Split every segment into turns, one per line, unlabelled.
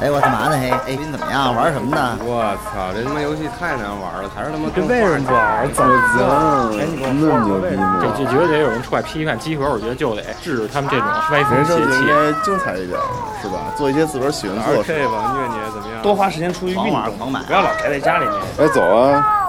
哎，我干嘛呢？嘿，哎，你怎么样？玩什么呢？
我操，这他妈游戏太难玩了，还是他妈
啊这为什么不玩？怎么
我
哎你给我
操，那么牛逼吗？
这就觉得得有人出来批判集合，我觉得就得制止他们这种歪
人
风邪
生就
气。
应该精彩一点，是吧？做一些自个儿喜欢做的事。
RK 吧，虐你怎么样？
多花时间出去运
狂玩
动，
狂买啊
不要老宅在家里面。
哎，走啊！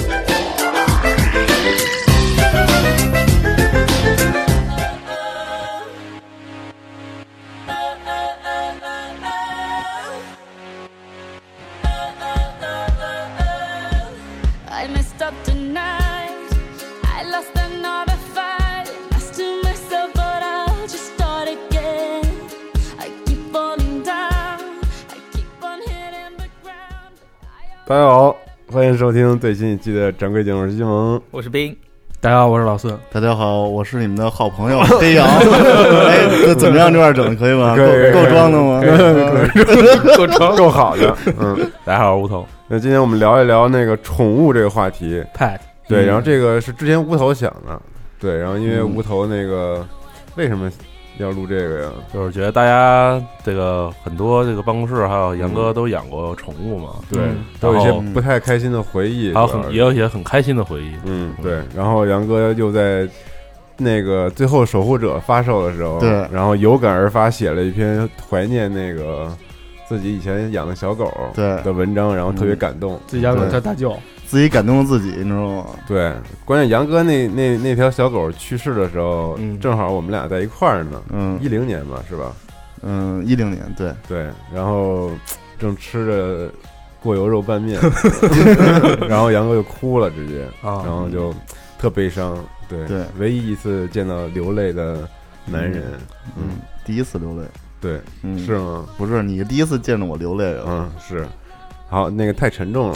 I messed up tonight. I lost another fight. Lost to myself, but I'll just start again. I keep falling down. I keep on hitting the ground. I
大家好，欢迎收听最新一期的《掌柜景》，我是西蒙。
我是冰，
大家好，我是老四。
大家好，哦我是你们的好朋 友飞扬。哎，这怎么样？这段整的可以吗？够
可以
够装的吗？
够够好的，嗯。
大家好，我是吴头
那今天我们聊一聊那个宠物这个话题，
Pat，
对。
嗯
然后这个是之前无头想的，对。然后因为无头那个为什么要录这个呀？
就是觉得大家这个很多这个办公室还有杨哥都养过宠物嘛，
对
嗯，
都有一
然后
些不太开心的回忆，
还有
主要
很
是
也有一些嗯很开心的回忆。
嗯，对。然后杨哥又在那个最后守护者发售的时候，
对
然后有感而发写了一篇怀念那个自己以前养的小狗
对
的文章，然后特别感动。
自己家
狗叫
大舅，
自己感动了自己，你知道吗？
对，关键杨哥那那那条小狗去世的时候，
嗯
正好我们俩在一块儿呢，
嗯
一零年吧，是吧？
嗯，一零年对，
对，然后正吃着过油 肉拌面，然后杨哥就哭了，直接，
啊
然后就特悲伤。对，
哦对
唯一一次见到流泪的男人，
嗯，第一次流泪，
对，
嗯，
是吗？
不是你第一次见着我流泪啊了？
嗯，是。好，那个太沉重了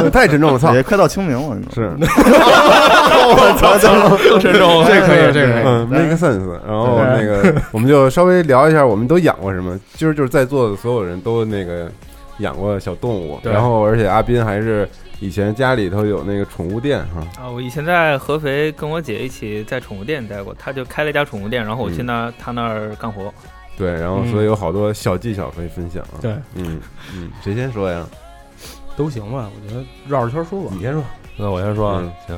啊， 太沉重了，操！
也快到清明了，你知道吗
是，
这种这可以，这可以。
嗯，make sense。然后那个，我们就稍微聊一下，我们都养过什么。今儿就是在座的所有人都那个养过小动物，
对
然后而且阿斌还是以前家里头有那个宠物店哈，
啊，我以前在合肥跟我姐一起在宠物店待过，她就开了一家宠物店，然后我去那
嗯
儿、她那儿干活。
对，然后
嗯
所以有好多小技巧可以分享啊。
对，
嗯嗯，谁先说呀？
都行吧，我觉得绕着圈说吧。
你先说。嗯
那我先说啊，行，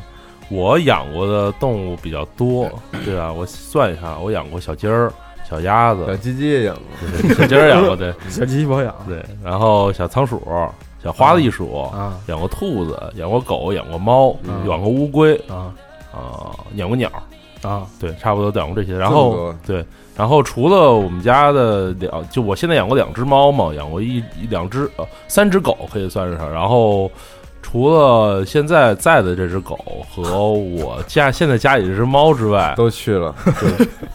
我养过的动物比较多，对吧？我算一下，我养过小鸡儿、小
小
鸭子，
鸡鸡也养过，
小鸡儿养过对
小鸡不好养
对，然后小仓鼠、小花栗鼠，
啊
养过兔子，养过狗，养过猫，
嗯
养过乌龟
啊
啊，养过鸟，
啊！
对，差不多养过这些。然
这么
后
多
对，然后除了我们家的两，就我现在养过两只猫嘛，养过一一两只呃三只狗可以算是。然后除了现在在的这只狗和我家现在家里这只猫之外，
都去了。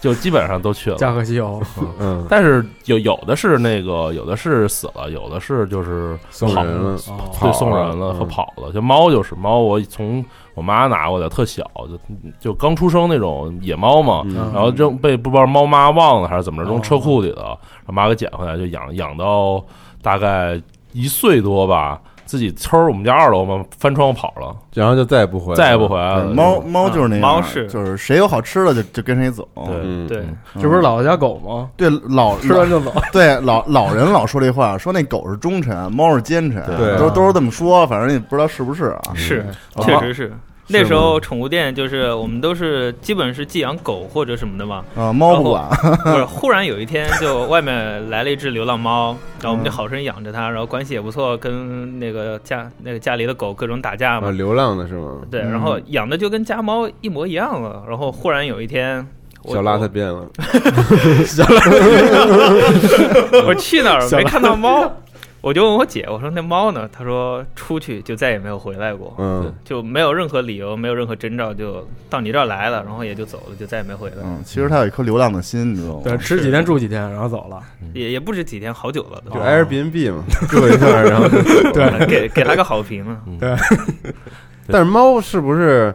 就基本上都去了。
驾鹤西游，
哎
嗯，
但是有有的是那个，有的是死了，有的是就是
送
跑
人了，
哦
跑
对，送人了
了
和
嗯
跑了。就猫就是猫，我从我妈拿过来，特小，就就刚出生那种野猫嘛，
嗯
然后扔被不知道猫妈忘了还是怎么着，
哦
扔车库里了，让妈给捡回来，就养养到大概一岁多吧。自己抽儿我们家二楼嘛，翻窗户跑了，
然后就再也不回来了，
再也不回来了。
猫猫就是那样，啊
猫是
就是谁有好吃的就就跟谁走。
对
嗯，
对，
嗯
这不是老家狗吗？
嗯
对老
吃完就走，
对老老人老说这话，说那狗是忠臣，猫是奸臣，
对啊
都都是这么说，反正也不知道是不是啊。
嗯
是，
嗯
哦
确实是。那时候宠物店就是我们都是基本是寄养狗或者什么的嘛，
嗯
啊，猫不
哦
管，
不 是。忽然有一天就外面来了一只流浪猫，然后我
嗯
们就好生养着它，然后关系也不错，跟那个家那个家里的狗各种打架
啊，
嘛，
流浪的是吗？
对，然后养的就跟家猫一模一样了。然后忽然有一天，我
小邋遢变了，
我去那儿没看到猫，我就问我姐，我说那猫呢？她说出去就再也没有回来过，
嗯，
就没有任何理由，没有任何征兆，就到你这儿来了，然后也就走了，就再也没回来，
嗯，其实他有一颗流浪的心，你知
嗯
道吗？
对，吃几天住几天，然后走了。
也也不止几天，好久了都。
就 Airbnb 嘛，住一下，然后就
对，
给给他个好评啊！
嗯但是猫是不是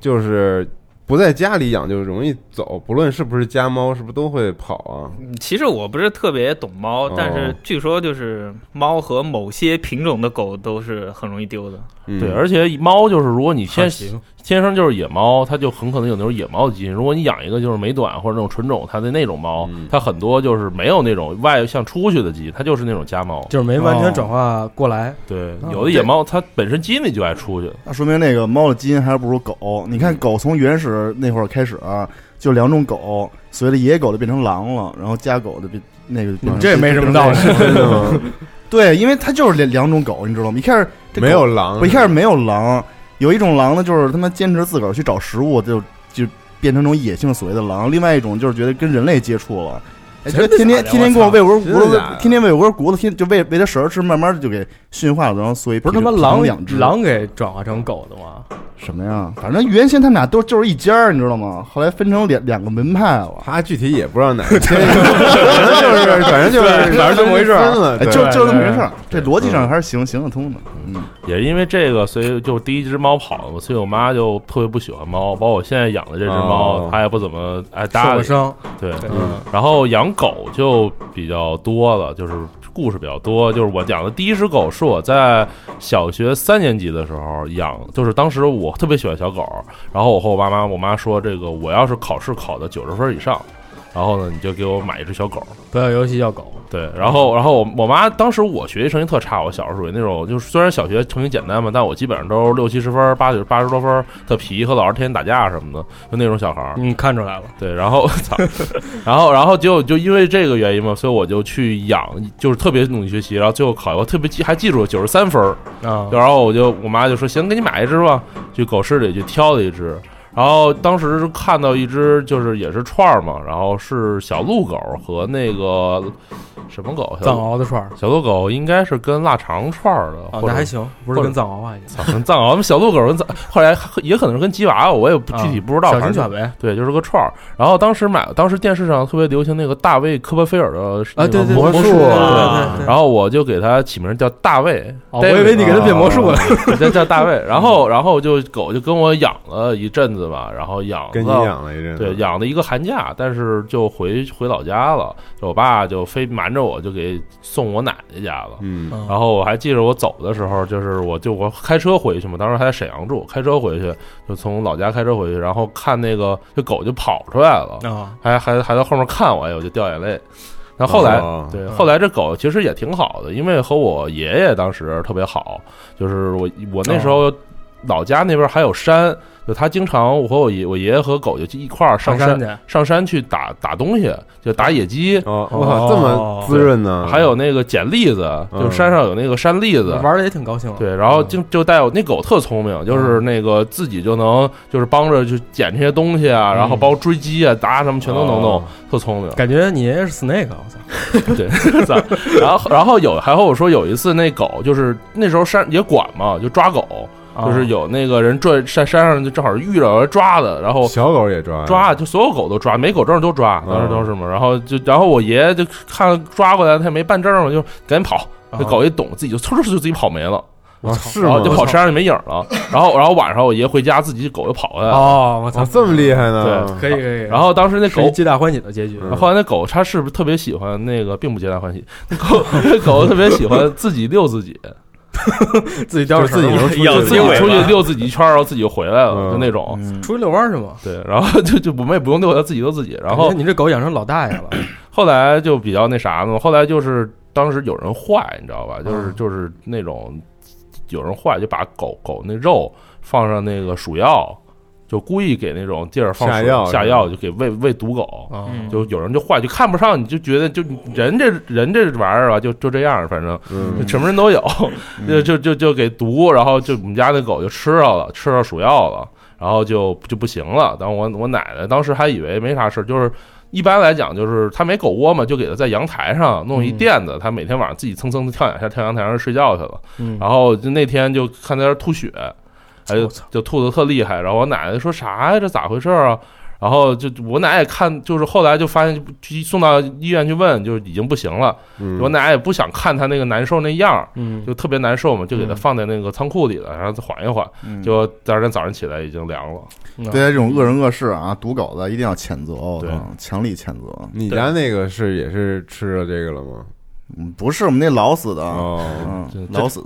就是不在家里养就容易走？不论是不是家猫，是不是都会跑啊？
嗯其实我不是特别懂猫
哦，
但是据说就是猫和某些品种的狗都是很容易丢的。
嗯
对，而且猫就是如果你天
啊行
天生就是野猫，它就很可能有那种野猫的基因。如果你养一个就是美短或者那种纯种，它的那种猫，
嗯
它很多就是没有那种外向出去的基因，它就是那种家猫。
就是没完全转化过来。
对
哦，
有的野猫它本身基因里就爱出去，
那说明那个猫的基因还不如狗。你看，
嗯
狗从原始那会儿开始、啊就两种狗，随着野狗就变成狼了，然后家狗就变那个变成。
这没什么道理
变成那
真
个
的吗？
对，因为它就是两两种狗，你知道吗？一开始这狗
没有狼，
我一开始没有狼，有一种狼呢，就是他妈坚持自个儿去找食物，就就变成那种野性所谓的狼；另外一种就是觉得跟人类接触了。哎觉得天天天天给我喂我
真
骨
的
头
假的，
天天喂我骨头，天就喂喂它食儿吃，慢慢就给驯化了，然后所以
不是他妈
品种
狼
养殖
狼给转化成狗的吗？
什么呀？反正原先他们俩都就是一家儿，你知道吗？后来分成两两个门派了，
他具体也不知道哪个，反正就是反正就是
对反正这么回事儿
分了，
哎
对
就就这么
对
回事儿。这逻辑上还是行行得通的。嗯，
也因为这个，所以就第一只猫跑了嘛，所以我妈就特别不喜欢猫，包括我现在养的这只
哦
猫，它也不怎么爱
受
搭
过
理。
伤，
对，
对，
嗯
然后养狗就比较多了，就是故事比较多。就是我养的第一只狗是我在小学三年级的时候养，就是当时我特别喜欢小狗，然后我和我爸妈，我妈说这个我要是考试考到九十分以上，然后呢你就给我买一只小狗。
不要游戏要狗，
对，然后然后我我妈当时我学习成绩特差，我小时候属于那种就是虽然小学成绩简单嘛，但我基本上都是六七十分儿、八九八十多分儿，特皮，和老师天天打架什么的，就那种小孩儿。
嗯，看出来了，
对，然后 操，然后然后就就因为这个原因嘛，所以我就去养，就是特别努力学习，然后最后考我特别记还记住九十三分儿，
啊，
然后我就我妈就说行，给你买一只吧，去狗市里去挑了一只。然后当时是看到一只，就是也是串儿嘛，然后是小鹿狗和那个什么狗，小
藏獒的串儿，
小鹿狗应该是跟腊肠串儿的，或
哦，那
者
还行，不是跟藏獒还行，
操跟藏獒，我们小鹿狗跟藏，后来也可能是跟吉娃娃，我也不
啊
具体不知道，
小
反
型
正
犬呗，
对，就是个串儿。然后当时买，当时电视上特别流行那个大卫科波菲尔的
啊，对对，
魔
对
术，
对
对。
对对对，
然后我就给它起名叫大卫，
哦，我
大卫
以为你给它变魔术了，
叫叫大卫。然 后，然后就狗就跟我养了一阵子吧，然后养
跟你
到
养了一阵子，
哦对，养了一个寒假，但是就回回老家了。就我爸就非瞒着我，就给送我奶奶家了。
嗯，
嗯
啊
然后我还记着我走的时候，就是我就我开车回去嘛，当时还在沈阳住，开车回去就从老家开车回去，然后看那个这狗就跑出来了，
啊，
还还还在后面看我，哎呦我就掉眼泪。然后后来，
哦
对，后来这狗其实也挺好的，因为和我爷爷当时特别好，就是我我那时候老家那边还有山，就他经常我和我爷我爷爷和狗就一块儿上山
去，
上山去打打东西，就打野鸡，
哦，我靠，这么滋润呢，
还有那个捡栗子，就
嗯
山上有那个山栗子，
玩的嗯也挺高兴，。
对，然后就就带我那狗特聪明，就是那个自己就能就是帮着就捡这些东西啊，然后包括追击啊、打什么全都能弄，
啊
特聪明
感觉你爷爷是 snake，我操，
对， 操然后然后有还和我说有一次那狗就是那时候山也管嘛，就抓狗，
啊
就是有那个人拽山山上就正好遇着抓的，然后
哦小狗也抓哎呀
抓，就所有狗都抓，没狗证都抓，当时都是嘛。然后就，然后我爷爷就看抓过来，他也没办证嘛，就赶紧跑。那狗一懂，自己就嗖嗖嗖就自己跑没了，
啊是
然
吗
后？哦就跑山上就没影儿了。然后，然后晚上我爷回家，自己狗就跑回来了。
哦，我操
哦，，这么厉害呢？
可以可以，
然后当时那
是一
狗。
皆大欢喜的结局，
嗯
后来那狗，它是不是特别喜欢那个，并不皆大欢喜。那狗，那狗特别喜欢自己遛自己，
嗯自己叼着
就自己
绳儿
能出去
咬
自己出去遛自己一圈儿，然后自己回来了，
嗯
就那种。
出去遛弯儿去嘛，
对，然后就就我们也不用遛它，自己遛自己。然
感
后
觉你这狗养成老大爷 了，
后来就比较那啥呢，后来就是当时有人坏，你知道吧？就是
嗯
就是那种有人坏，就把狗狗那肉放上那个鼠药，就故意给那种地儿放
下
鼠
药
下
是吧哦
药，就给喂喂毒狗。
啊，
嗯
就有人就坏，就看不上你，就觉得就人这人这玩意儿吧，就就这样，反正
嗯，
什么人都有，就就就就给毒，然后就我们家那狗就吃着了，吃着鼠药了，然后就就不行了。但我我奶奶当时还以为没啥事儿，就是。一般来讲，就是他没狗窝嘛，就给他在阳台上弄一垫子，他每天晚上自己蹭蹭的跳两下，跳阳台上睡觉去了。
嗯
然后就那天就看在那儿吐血，哎呦，就吐的特厉害。然后我奶奶说啥呀？这咋回事儿啊？然后就我奶奶也看，就是后来就发现就送到医院去问，就是已经不行了。
嗯
我奶奶也不想看她那个难受那样儿，
嗯
就特别难受嘛，就给她
嗯
放在那个仓库里了，然后再缓一缓。
嗯
结果第二天早上起来已经凉了。
啊
对待这种恶人恶事啊、毒狗的一定要谴责，我
对
靠，强力谴责。
你家那个是也是吃了这个了吗？
嗯不是我们那老死的，
哦
嗯，
这
老死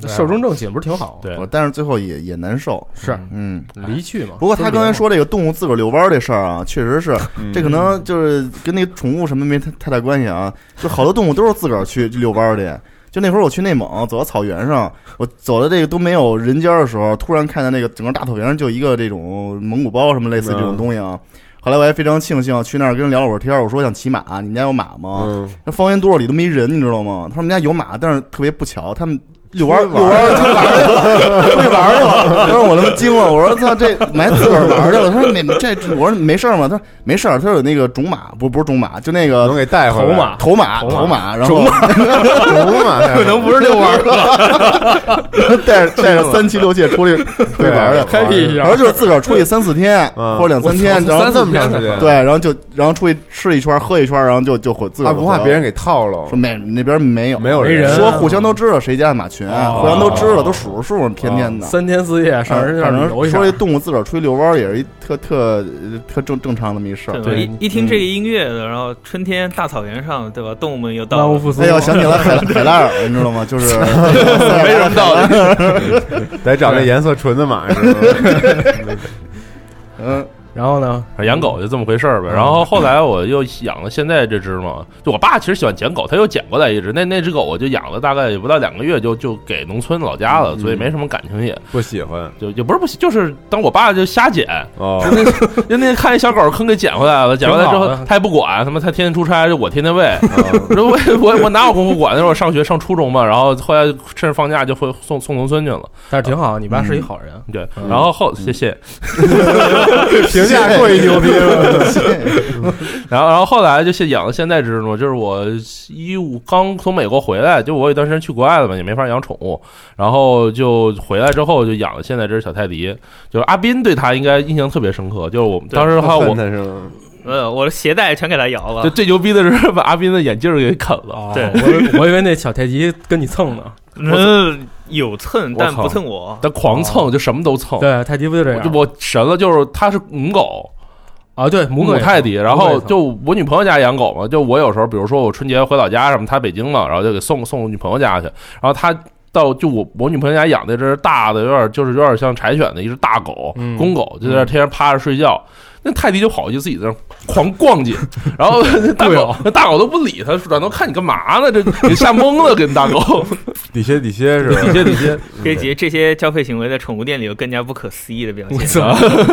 的，
寿终正寝不是挺好？
我哦但是最后也也难受，
是
嗯，
离去嘛。
不过他刚才
分别嘛，
说这个动物自个儿遛弯儿这事儿啊，确实是，这可能就是跟那宠物什么没太太大关系啊。就好多动物都是自个儿去去遛弯儿的。就那会儿我去内蒙，走到草原上，我走到这个都没有人家的时候，突然看见那个整个大草原上就一个这种蒙古包什么类似这种东西啊。后来我还非常庆幸去那儿跟人聊了会儿天儿，我说我想骑马，你们家有马吗？
嗯
那方圆多少里都没人，你知道吗？他说我们家有马，但是特别不巧，他们遛弯儿遛弯儿去了，出去玩儿去了。当时我他妈惊了，我说操，这买自个儿玩儿去了。他说你这， 我说你没事儿吗？他说没事儿，他说有那个种马，不不是种马，就那个能
给带
回来，头 马头马头马，然后
种马种马可能不是遛弯儿
了， 带着带着三妻六妾出去 出去玩儿去，
Happy 一下
然
啊
后就是自个儿出去三四天
哎嗯
或者两三天，
我
然
操
后
三四天才这样
对，然后就然后出去吃一圈喝一圈，然后就就回自个儿
他啊不怕
回来
别人给套了
说没那边没有没
有人
说互相都知道谁家的马群，
哦
互相都知道，都数着数，天天的。
三天四夜上
嗯
人那儿
反正
游一下
说这动物自个儿出去遛弯儿也是一特特特正正常的么一事儿。
对吧，一一听这个音乐，然后春天大草原上，对吧？动物们又到了，
哎呦，想起了海海拉尔，你知道吗？就是
没什么道
理得找那颜色纯的马是吧
嗯，
然后呢？
养狗就这么回事儿呗。然后后来我又养了现在这只嘛，就我爸其实喜欢捡狗，他又捡过来一只，那那只狗我就养了大概也不到两个月，就就给农村老家了，所以没什么感情也
不喜欢，
就也不是不喜，就是当我爸就瞎捡，
哦，
就那看一小狗坑给捡回来了，捡回来之后
挺好的嗯
他也不管，他妈他天天出差，就我天天喂， 我我我哪有功夫管？那时候我上学上初中嘛，然后后来趁着放假就回送送农村去了，
但是挺好，你爸是一好人。
对，
嗯
然后后谢谢。
评价 过于牛逼了。
然后，然后后来就现养了现在这种，就是我一五刚从美国回来，就我有段时间去国外了嘛，也没法养宠物，然后就回来之后就养了现在这只小泰迪，就是阿斌对它应该印象特别深刻，就是我们当时 的话我。
呃，我的鞋带全给它摇了
就。最牛逼的是把阿斌的眼镜儿给啃了，
对
我我以为那小泰迪跟你蹭呢。
嗯，有蹭，
我
但
操
不蹭我。
他狂蹭，就什么都蹭。
对啊泰迪不就这样
哦我我神了，就是它是母狗
啊，对母
母
狗也
泰迪。
蹭
然
母狗也
后
蹭
就我女朋友家养狗嘛，就我有时候，比如说我春节回老家什么，她北京嘛，然后就给送送女朋友家去。然后她到就我我女朋友家养那只大的，有点就是有点像柴犬的一只大狗，
嗯
公狗，就在那天天趴着睡觉。那泰迪就跑去自己在那儿狂逛街，然 后那
啊
大狗那大狗都不理他，转头看你干嘛呢？这给吓懵了，跟大 狗。
底歇底歇是吧？
底歇底歇。
这些这些交配行为在宠物店里有更加不可思议的表现。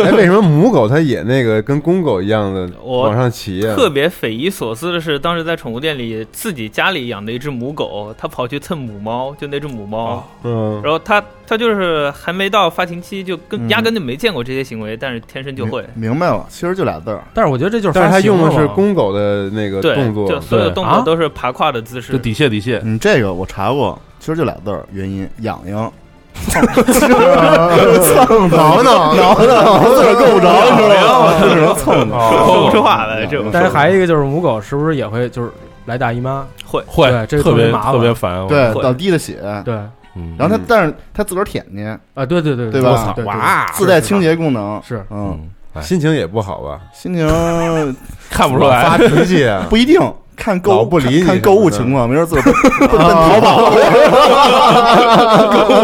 哎，为什么母狗它也那个跟公狗一样的
我
往上骑啊？
特别匪夷所思的是，当时在宠物店里自己家里养的一只母狗，它跑去蹭母猫，就那只母猫。
嗯，
然后它它就是还没到发情期，就
嗯
跟压根就没见过这些行为，但是天生就会。
明白了，其实就俩字儿。
但是我觉得这就
但是它用的是公狗的那个
对，
动作
就，所有的动作都是爬跨的姿势。
谢底谢。
嗯，这个我查过，其实就俩字儿，原因痒痒。
蹭挠挠
挠挠，自个儿够不着，你知道 吗？
只能
蹭的
说
不出话来这种
但是还有一个就是母狗是不是也会就是来大姨妈？
会
会
对这个
特别
麻烦
特别烦啊
对，
会
老滴的血，
对，
嗯
然后它，但是它自个儿舔去
啊，对对对
对
我
吧
操？哇
自带清洁功能
是，
嗯，
心情也不好吧？
心情
看
不出来发脾气啊
不一定看购
老不理你
看购物情况，没准自个儿奔
啊
淘宝，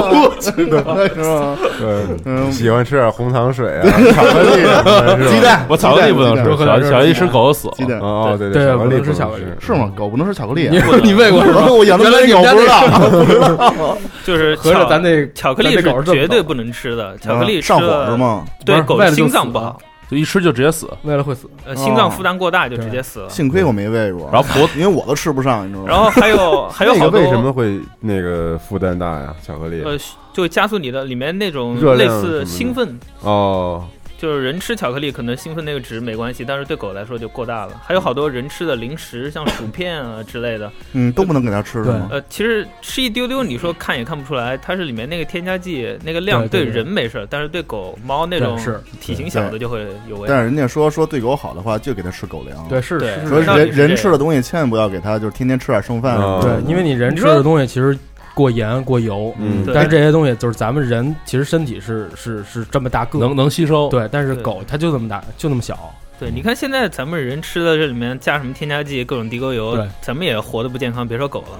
购物情况是吧？
对，
嗯
喜欢吃点红糖水啊，巧克力啊是吧
鸡蛋
我巧克力不能吃，小小一吃狗就死了。
鸡蛋
哦对
对
巧克
不
力
能吃
不
巧
能
克力
吃
是吗？狗不能吃巧克力啊
你？你喂过是吧
我养的
原来
那
你
狗
们家
不知道
那，
不知道。
就是
合着
巧
咱那
巧克力
咱那狗
是
是这么
绝
搞
对不能吃的，巧克力
啊上
吃了
火是吗
对，
不是
狗
为了就
心
死
脏不
了
好，
就一吃就直接死，
为了会死。
呃，心脏负担过大就直接死了。
幸亏我没喂过，
然后 脖
因为我都吃不上，你知道吗？
然后还有还有
那
好
个
多
为什么会那个负担大呀？巧克力
呃，就加速你的里面那种
热
类
量什么
似
的
兴奋，
哦，
就是人吃巧克力可能兴奋那个值没关系，但是对狗来说就过大了。还有好多人吃的零食，像薯片啊之类的，
嗯，都不能给它吃是吗？
呃，其实吃一丢丢，你说看也看不出来，它是里面那个添加剂那个量
对对对
人没事儿，但是对狗、猫那种
对是
体型小的
对
就会有味。
但是人家说说对狗好的话，就给它吃狗粮。
对是对是
所以
是道理
人
是这样
人吃的东西千万不要给它，就是天天吃点剩饭什么的。
嗯对，因为你人吃的东西其实过盐过油，
嗯
但是这些东西就是咱们人其实身体是是是这么大个，
能能吸收
对，但是
对
狗它就这么大，就那么小，
对，你看现在咱们人吃的这里面加什么添加剂，各种地沟油
对，
咱们也活得不健康，别说狗了。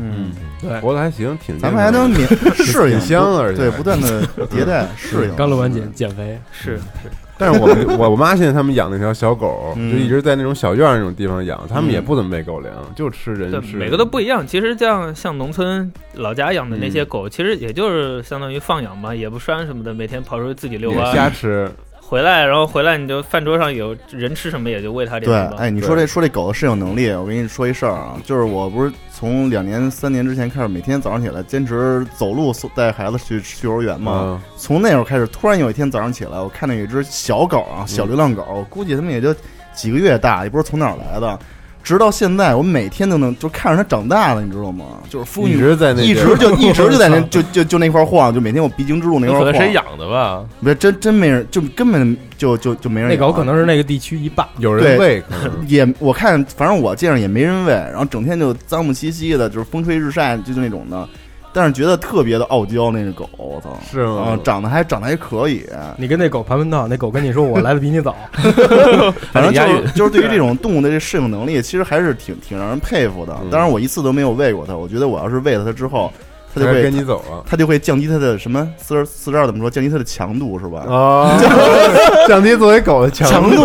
嗯，
对，
活得还行，挺
咱们还能免 适应，
挺香，而且
对不断的迭代适应。
嗯刚录完
嗯
减减肥
是是，
但是我们我我妈现在他们养那条小狗，
嗯
就一直在那种小院儿那种地方养，他们
嗯
也不怎么喂狗粮，就吃人
对，
吃。
每个都不一样。其实像像农村老家养的那些狗，其实也就是相当于放养嘛，也不拴什么的，每天跑出去自己遛
也
弯，
瞎吃。
回来，然后回来你就饭桌上有人吃什么也就喂它点
对
什么。，
哎，你说这说这狗的适应能力，我跟你说一事儿啊，就是我不是从两年三年之前开始，每天早上起来坚持走路送带孩子去去幼儿园嘛
嗯。
从那会儿开始，突然有一天早上起来，我看到有一只小狗啊，小流浪狗，我估计它们也就几个月大，也不知道从哪儿来的。直到现在，我每天都能就看着它长大了，你知道吗？就是妇女
一直在那地儿
一直就一直就在那就就就那块儿晃，就每天我必经之路那块儿
可
晃。
能谁养的吧？
不是真真没人，就根本就就就没人
那
养。
狗可能是那个地区一霸，
有
对，也我看，反正我见着也没人喂，然后整天就脏不兮兮的，就是风吹日晒，就是那种的。但是觉得特别的傲娇，那只狗，我操，
是吗
啊，长得还长得还可以。
你跟那狗盘盘道，那狗跟你说我来的比你早，
反正
押
就
韵
是就是对于这种动物的这适应能力，其实还是挺挺让人佩服
嗯
的。当然，我一次都没有喂过它，我觉得我要是喂了它之后，它就
还
会
是跟你走啊了
它就会降低它的什么四十四十二怎么说？降低它的强度是吧？
啊，降低作为狗的强
强度，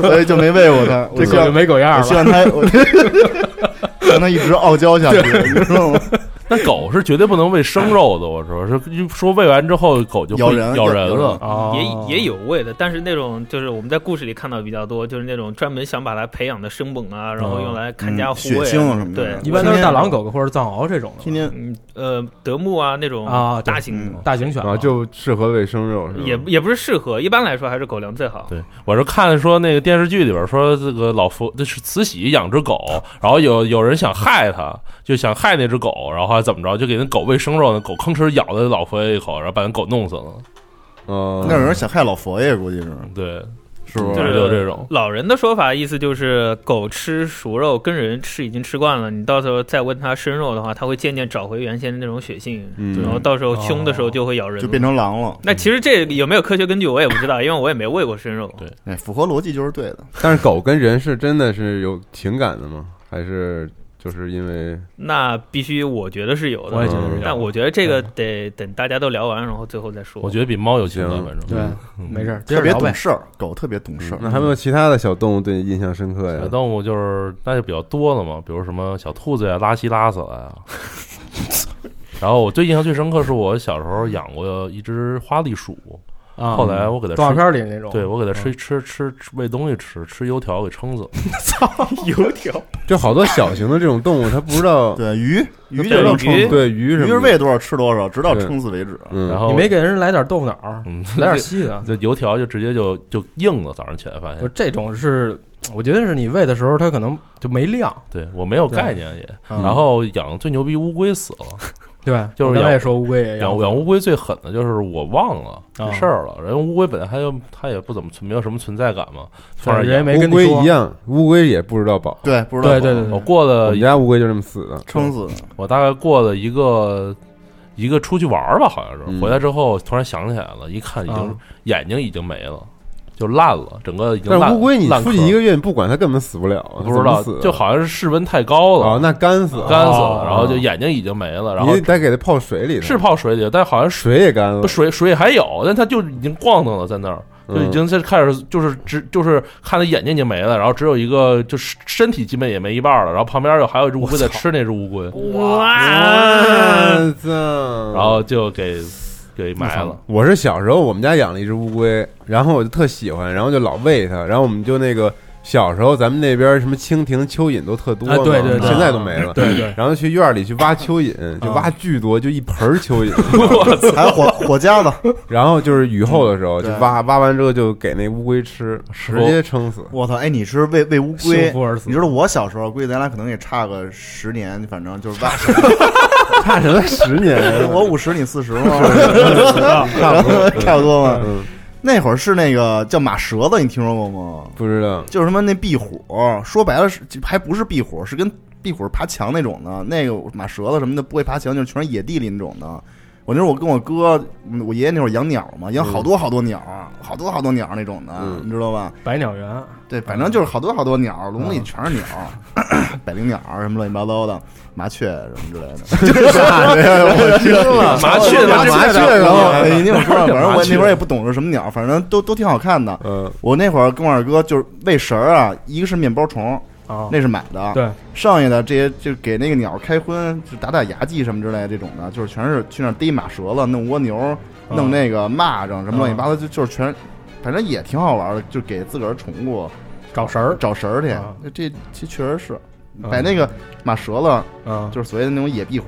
所以就没喂过它。
这狗就没狗样儿
我
了
希望它，我 让它一直傲娇下去，你知道吗？
那狗是绝对不能喂生肉的，我说是说喂完之后狗就会
咬人嗯
咬人
咬
了
人
啊
哦
也也有喂的，但是那种就是我们在故事里看到比较多，就是那种专门想把它培养的生猛啊，然后用来
嗯
看家护卫啊、对，
一般都是大狼狗狗或者藏獒这种的。
天天
嗯呃德牧啊那种
啊对
大
嗯
型、
大型犬
啊，就适合喂生肉是吧？
也不也不是适合，一般来说还是狗粮最好。
对，我是看说那个电视剧里边说这个老佛这是慈禧养只狗，然后有有人想害他，就想害那只狗，然后还怎么着，就给那狗喂生肉，那狗吭哧咬了老佛爷一口，然后把那狗弄死了。
嗯
那有人想害老佛爷，估计是
对，
是不？
就是是有这种。
老人的说法，意思就是狗吃熟肉跟人吃已经吃惯了，你到时候再问它生肉的话，它会渐渐找回原先的那种血性，
嗯
然后到时
哦
候凶的时候就会咬人，
就变成狼了。
那其实这有没有科学根据我也不知道，因为我也没喂过生肉。
对，
哎，符合逻辑就是对的。
但是狗跟人是真的是有情感的吗？还是就是因为
那必须我觉得是有的，
我也觉得是有的
但我觉得这个得等大家都聊完，然后最后再说。
我觉得比猫有情感，反正
对没事儿接
特
着
别
聊呗
懂事儿，狗特别懂事儿。
嗯那还有没有其他的小动物对你印象深刻呀
小？呃动物就是那就比较多了嘛，比如什么小兔子呀、拉稀拉死了 呀。然后我最印象最深刻是我小时候养过一只花栗鼠，
啊
后来我给它吃
动画片嗯里那种
对我给它吃吃吃吃喂东西吃，吃油条给撑死了。
油条，
就好多小型的这种动物，它不 知道
对鱼鱼
就
就能撑死，
对鱼什么
鱼
的
是喂多少吃多少，直到
对
撑死为止。
嗯
然后
你没给人来点豆腐脑儿
嗯，
来点稀的，
就油条就直接就就硬了。早上起来发现
就，这种是，我觉得是你喂的时候它可能就没量，
对我没有概念也。
嗯
然后养最牛逼乌龟死了，
对
就是
我刚才
养
也说乌龟也
养
养
养乌龟最狠的就是我忘了这
哎啊
事儿了。人乌龟本来它就它也不怎么存没有什么存在感嘛，突然
对人
养
没
乌
跟你
龟
说
一样，乌龟也不知道饱，
对不知道饱对
嗯
对对对
我过了
我们家乌龟就这么死的，
撑死的。
我大概过了一个一个出去玩儿吧，好像是回来之后突然想起来了，一看已
嗯啊
经眼睛已经没了，就烂了，整个已经
但
烂。
是乌龟你
烂
出
壳
去一个月，你不管它根本死不了啊，
不知
怎
道
么死的
就好像是室温太高了
哦，那干死了
干死
哦
了，然后就眼睛已经没了，然后
你嗯得给它泡水里头，
是泡水里，但好像
水也干了
不，水水还有，但它就已经逛荡了在那儿。
嗯
就已经在开始，就是只就是看他眼睛已经没了，然后只有一个就是身体基本也没一半儿了，然后旁边有还有一只乌龟在吃那只乌龟，
啊
哇
然后就给给埋了。
我是小时候我们家养了一只乌龟，然后我就特喜欢，然后就老喂它，然后我们就那个小时候咱们那边什么蜻蜓、蚯蚓都特多嘛，
啊对对对
现在都没了。
对对
然后去院里去挖蚯蚓，就挖巨多，就一盆儿蚯蚓，
还有火火夹子。
然后就是雨后的时候，就
对
挖挖完之后就给那乌龟吃，直接撑死。
我操！哎，你是喂喂乌龟
幸福而死
你知道我小时候，估计咱俩可能也差个十年，反正就是差
差什么十年
我五十，你四十嘛，
差不多
差不多嘛
嗯。
那会儿是那个叫马舌子，你听说过吗？
不知道，
就是什么那壁虎，说白了是还不是壁虎，是跟壁虎爬墙那种的。那个马舌子什么的不会爬墙，就是全是野地里那种的。我那时候我跟我哥，嗯我爷爷那会儿养鸟嘛，养好多好多鸟，好多好多鸟那种的，你知道吧？
百鸟园，
对，反正就是好多好多鸟，笼里全是鸟， 百灵鸟啊什么乱七八糟的，麻雀什么之类 的。
傻子呀我听了
麻雀，
麻雀
麻
麻雀
然后
麻 雀
哎那会儿不知道反正
麻
我
雀
那会儿也不懂是什么鸟，反正都都挺好看的。
嗯，
我那会儿跟我二哥就是喂食儿啊，一个是面包虫
哦。
那是买的，
对，
剩下的这些就给那个鸟开荤，就打打牙祭什么之类的这种的，就是全是去那儿逮马舌了，弄蜗牛，
哦
弄那个蚂蚱什么乱七八糟，就就是全，反正也挺好玩的，就给自个儿宠物
找食儿，
找食儿去
啊。
这这其确实是，
嗯
把那个马舌了，
嗯
就是所谓的那种野壁虎，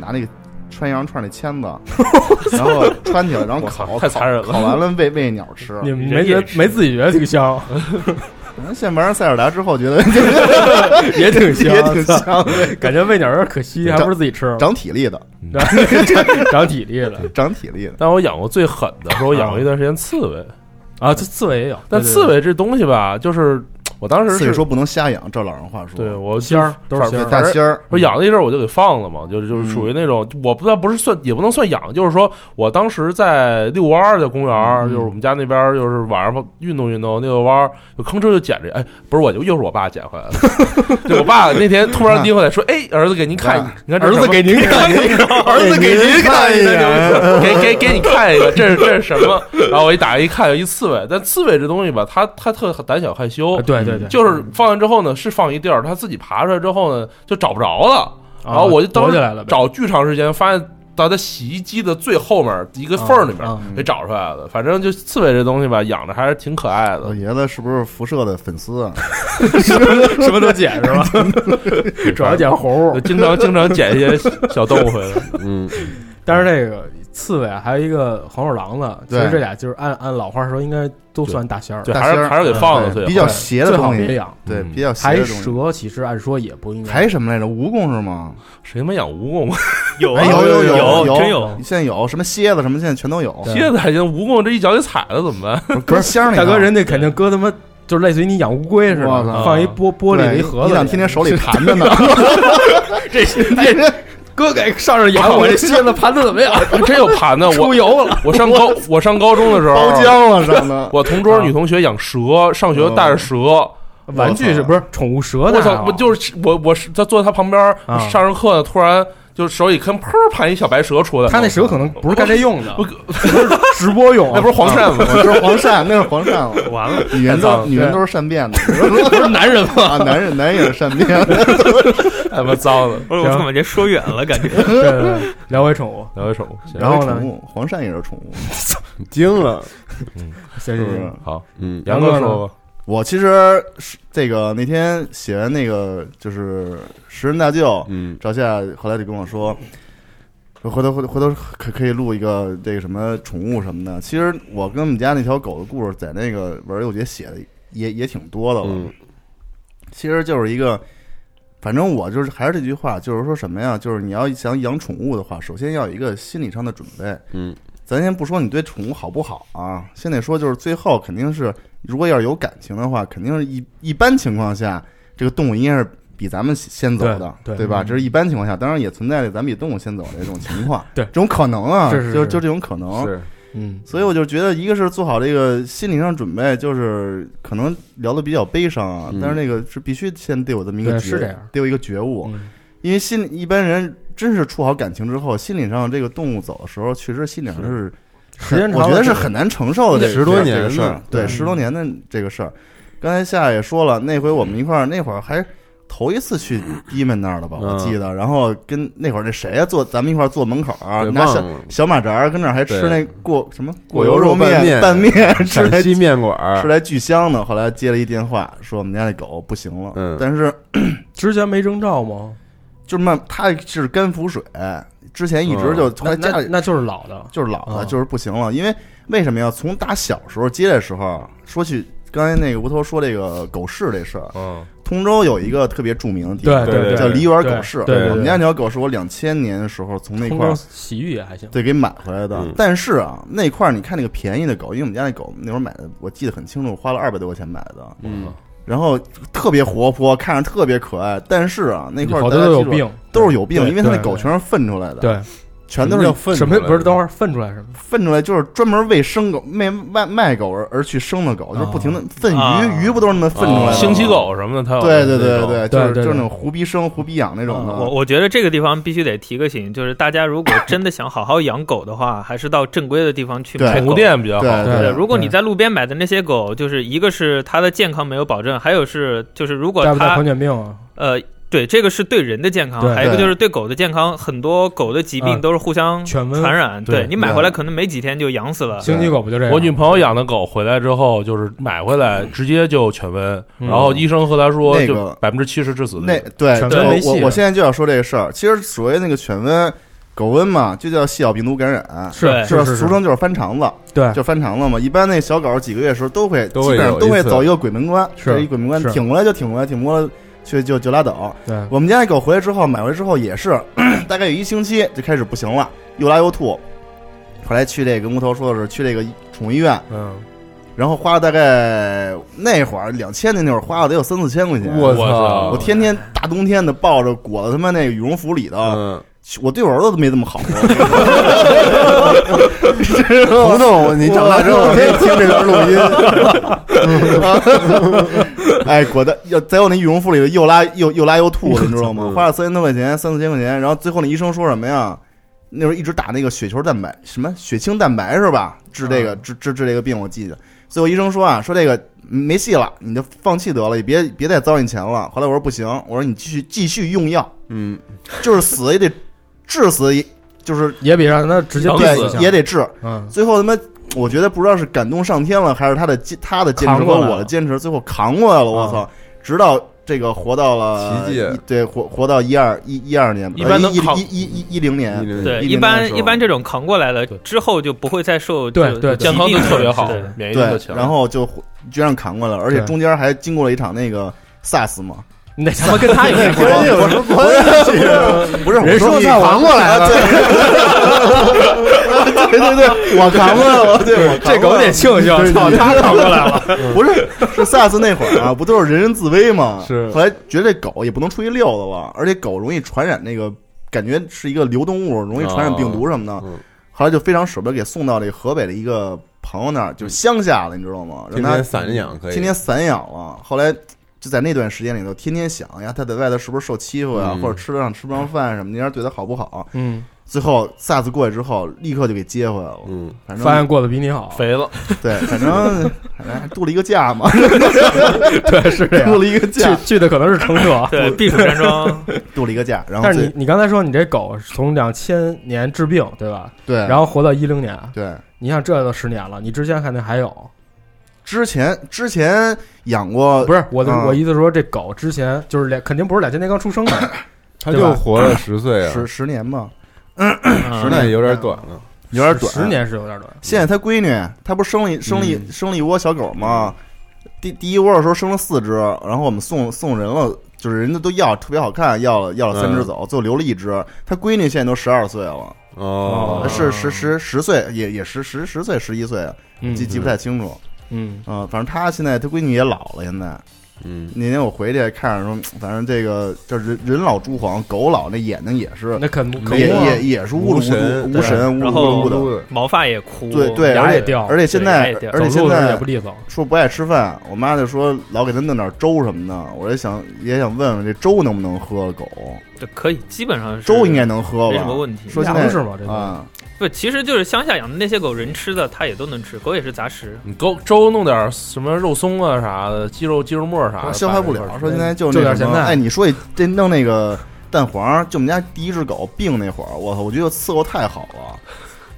拿那个穿羊肉串那 签子，然后穿起来，然后烤，
太残忍了
烤烤完了喂喂鸟吃。
你们没觉得没自己觉得挺 香？
可能现在玩上塞尔达之后，觉得
也挺香，
也 挺香，
感觉喂鸟有点可惜，还不是自己吃。
长体力的，
长体力了
长体力的。
但我养过最狠的是我养过一段时间刺猬，
啊！这刺猬也有，
但刺猬这东西吧，就是我当时
所以
是
说不能瞎养，照老人话说。
对我
仙儿都是
反
仙儿
大仙儿，
我养了一阵儿我就给放了嘛，就是就是属于那种，我不知道不是算也不能算养，就是说我当时在遛弯儿，在公园儿，就是我们家那边儿，就是晚上运动运动遛个弯儿，就吭哧就捡着，哎，不是我就又是我爸捡回来的， 就我爸那天突然拎回来说，哎，儿子给您看一，你看这是什么
您看，
儿子给您
哎
看一眼，
给给给你看一个，这是这是什么？然后我一打开一看，有一刺猬。但刺猬这东西吧，它它特胆小害羞，
对对对，
就是放完之后呢，是放一地儿，它自己爬出来之后呢，就找不着了。然后我就当
啊躲起
时
来
嗯
了呗，
找巨长时间，发现到它洗衣机的最后面一个缝儿里面
啊
嗯
给找出来了。反正就刺猬这东西吧，养着还是挺可爱
老
呃
的。
爷子是不是辐射的粉丝啊？
什么都捡是吧？主要捡猴
就。经常经常捡一些小动物回 来，
嗯，
但是这个刺猬还有一个黄鼠狼呢，其
对
实这俩就是按按老话说，应该都算大仙儿，
对，
大
还
仙
是
儿嗯
还是给放了
对
最
比
好。
较邪的
最好
东
别
西，
养。
对，
嗯
比较邪
还
的东西。
蛇其实按说也不应该，
还什么来着？蜈蚣是吗？
谁他妈养蜈蚣？
有啊
哎，有有
有
有
真有。
现在有什么蝎子什么，现在全都有。
蝎子还行，蜈蚣这一脚给踩了怎么办？
不是仙儿那
大
个
哥，人家肯定搁他妈就是类似于你养乌龟似
我
的，
操
放一玻玻璃的一
对
盒
你
子
想
里，
天天手里盘着呢？
这这 哥给上上牙，哎我这蝎子盘子怎么样？
真有盘子，我
出油了，
我上高我上高中的时候，
包浆了 上的。
我同桌女同学养蛇，上
哦
学带着蛇。
玩具是不是宠物蛇呢？
我操！我就是我，我是他坐在他旁边，
啊
上着课呢，突然就手里坑砰盘一小白蛇出来。
他那蛇可能不是干这用的
我，哎
直播用啊
那不是黄鳝 吗？
我是黄鳝，那是黄鳝了。
完了，
女人都女人都是善变的，不是男人吗？男人男人也是善变的。
太哎他妈 脏了！
不是我怎么这说远了，感觉
对对对，聊回宠物，
两位手，行
然后 呢
宠物黄鳝也是宠物，
惊了，
行
是
行
不是
行，？
好，
嗯，
杨哥说吧，
我其实是这个那天写完那个就是识人大舅，
嗯
赵夏后来就跟我说，说回头回头回头可可以录一个这个什么宠物什么的。其实我跟我们家那条狗的故事，在那个文儿幼节写的也也挺多的了。
嗯
其实就是一个，反正我就是还是这句话，就是说什么呀？就是你要想养宠物的话，首先要有一个心理上的准备。
嗯，
咱先不说你对宠物好不好啊，先得说就是最后肯定是，如果要是有感情的话，肯定是一一般情况下，这个动物应该是比咱们先走的，
对对
吧？这是一般情况下，当然也存在着咱们比动物先走的这种情况，
对
这种可能啊，
是是
就是就这种可能。
是
嗯，
所以我就觉得，一个是做好这个心理上准备，就是可能聊的比较悲伤啊，
嗯
但是那个是必须先得有这么一个
对
觉，
是这样
得有一个觉悟，
嗯
因为心里一般人真是处好感情之后，心理上这个动物走的时候，确实心理上是
时间长
我
了
觉得是很难承受的这个，
十多年
这
嗯
个事儿
呢，
对，十多年的这个事儿。刚才夏也说了，那回我们一块儿，那会儿还头一次去弟们那儿了吧，
嗯
我记得。然后跟那会儿那谁呀，坐咱们一块儿坐门口儿，啊
对
拿
忘
小
了
小马扎儿跟那儿还吃
对
那过什么
过
油
油肉
面
拌面嗯
拌面，吃
陕
来
西面馆 儿
吃来巨香呢。后来接了一电话，说我们家那狗不行了，
嗯
但是之前没征兆吗？就是慢，它是干浮水，之前一直就
嗯
从来
那
家里
那就是老的，
就是老了，
嗯
就是不行了。因为为什么呀？从打小时候接的时候，说起刚才那个吴头说这个狗市这事儿，
嗯，
通州有一个特别著名的地方，
对对对
叫
对
梨园
对
狗市。
对对对
我们家那条狗是我两千年的时候从那块
通
儿
州嗯洗浴也还行
对，给买回来的。但是啊，那块儿你看那个便宜的狗，因为我们家那狗那会儿买的，我记得很清楚，花了二百多块钱买的。
嗯。
然后特别活泼，看着特别可爱，但是啊，那块儿
好
大
多
家
都有
记住
病
都是有病，
对
因为它那
对
狗全是粪出来的，
对，
全都是
什么不是等会儿粪出来什么？
粪出来就是专门为生狗、卖卖卖狗而而去生的狗，就是不停的粪
啊
鱼，鱼不都是那么粪出来的吗？
星期狗什么的它有
对对
哦那
对
种
对，
对
就是
对
就是
对
那种胡逼生、胡逼养那种的。
我我觉得这个地方必须得提个醒，就是大家如果
嗯
真的想好好养狗的话，还是到正规的地方去买
对
狗
宠物店比较好对对对
如果你在路边买的那些狗，就是一个是它的健康没有保证，还有是就是如果
带不带
它
狂犬病啊？
呃，对，这个是对人的健康，
对
还有一个
对
就是对狗的健康。很多狗的疾病
嗯
都是互相
犬瘟
传染，
对
你买回来可能没几天就养死了。
我女朋友养的狗回来之后，就是买回来直接就犬瘟，
嗯
然后医生和她说，
那
就
个
百分之七十致死率。
那对，我我我现在就要说这个事儿。其实所谓那个犬瘟、狗瘟嘛，就叫细小病毒感染，
是对
就是
是是
俗称就是翻肠子，
对
就翻肠子嘛。一般那小狗几个月的时候都会，
都
基
会有
本上都
一
会
次
走一个鬼门关，
是
这一鬼门关
是
挺过来就挺过来，挺不过来去就就拉倒。
对
我们家那狗回来之后，买回来之后也是， 大概有一星期就开始不行了，又拉又吐。后来去这个木头说的是去这个宠物医院，
嗯，
然后花了大概那会儿两千年那会儿花了得有三四千块钱，
我操
我天天大冬天的抱着裹在他妈那个羽绒服里头，
嗯
我对我儿子都没这么好过。
胡总，你长大之后可以听这段录
音。 哎，裹的要在我那羽绒服里又拉又又拉又吐的，你知道吗？花了三千多块钱，三四千块钱，然后最后那医生说什么呀？那时候一直打那个血球蛋白，什么血清蛋白是吧？治这个治治治这个病，我记得。最后医生说啊，说这个没戏了，你就放弃得了，也别别再糟践钱了。后来我说不行，我说你继续继续用药，
嗯，
就是死也得治死也，就是
也比让他直接
对
死
也得治。
嗯
最后他妈，我觉得不知道是感动上天了，还是他的坚他的坚持和
扛过来了
我的坚持，最后扛过来了。我操！直到这个活到了
奇迹
一对活活到一二一一二年吧，
一般能
一
扛
一一一一零年，
对，
一
一般一
般
般这种扛过来了之后就不会再受
对对
健
健
康
康
都
都
特
特
别
别
好
好，
免
对，然后就就让扛过来了，而且
对
中间还经过了一场那个 SARS 嘛。
那他妈跟他有 什么
不是
关系
不是不是不是，
人
我
说
你
在我
扛过来了，对对对对，我扛过来了，对我扛过来了
这狗得庆幸
对
操
你
他扛过来了
不是是 SARS 那会儿啊，不都是人人自危吗？
是
后来觉得这狗也不能出去溜达了，而且狗容易传染那个，感觉是一个流动物，容易传染病毒什么的。
哦
后来就非常舍不得给送到这个河北的一个朋友那儿，就是乡下了，你知道吗？让他
天天散养可以
天天散养了。后来就在那段时间里头，天天想哎呀，他在外头是不是受欺负呀，
嗯
或者吃得上吃不上饭什么的，那人对他好不好？
嗯，
最后 SARS 过去之后，立刻就给接回来了。
嗯，
反正
发现过得比你 好，
肥了。
对，反正 反正还度了一个假嘛。
对，是这
啊
样。
度了一个假，
去去的可能是承 德，
度度了一个假。然后
但是
最
你你刚才说你这狗是从两千年治病对吧？
对
然后活到一零年，
对，
你想这都十年了，你之前肯定还有。
之前之前养过，
不是我的、
嗯
我意思说这狗之前就是两肯定不是两千年刚出生的，
他
对吧
就活了十岁啊，
十十年吧，
十年有点短了，
有点短，
嗯十年嗯是有点短。
现在他闺女，她不是生了一生了一、生了一窝小狗吗？第第一窝的时候生了四只，然后我们送送人了，就是人家都要特别好看，要了要了三只
嗯
走，最后留了一只。她闺女现在都十二岁了，
哦
是十十十岁，也也十十十岁十一岁，
嗯
记记不太清楚。
嗯
啊、反正她现在她闺女也老了，现在。
嗯，
那天我回去看着说，反正这个叫人人老珠黄，狗老那眼睛也是，
那肯肯
也
不啊
也也是乌噜
无
噜
神
无神乌噜
然
噜的，
后毛发也枯，
对对，
牙
而
也
且
掉，
而且现
对牙
在
也掉
而且
走
现
路的时候
在
也不利 索
说不爱吃饭，我妈就说老给她弄点粥什么的，我就想也想问问这粥能不能喝狗，
这可以，基本上是
粥应该能喝
没
吧？
什么问题。
说现在
粮食嘛这都
啊，
不，其实就是乡下养的那些狗，人吃的它也都能吃，狗也是杂食。
你勾粥弄点什么肉松啊啥的，鸡肉鸡肉末儿啥的，
啊消化不了。说现在就
就
那
点
什
咸
么，
菜。
哎，你说起这弄那个蛋黄，就我们家第一只狗病那会儿，我操，我觉得伺候太好了。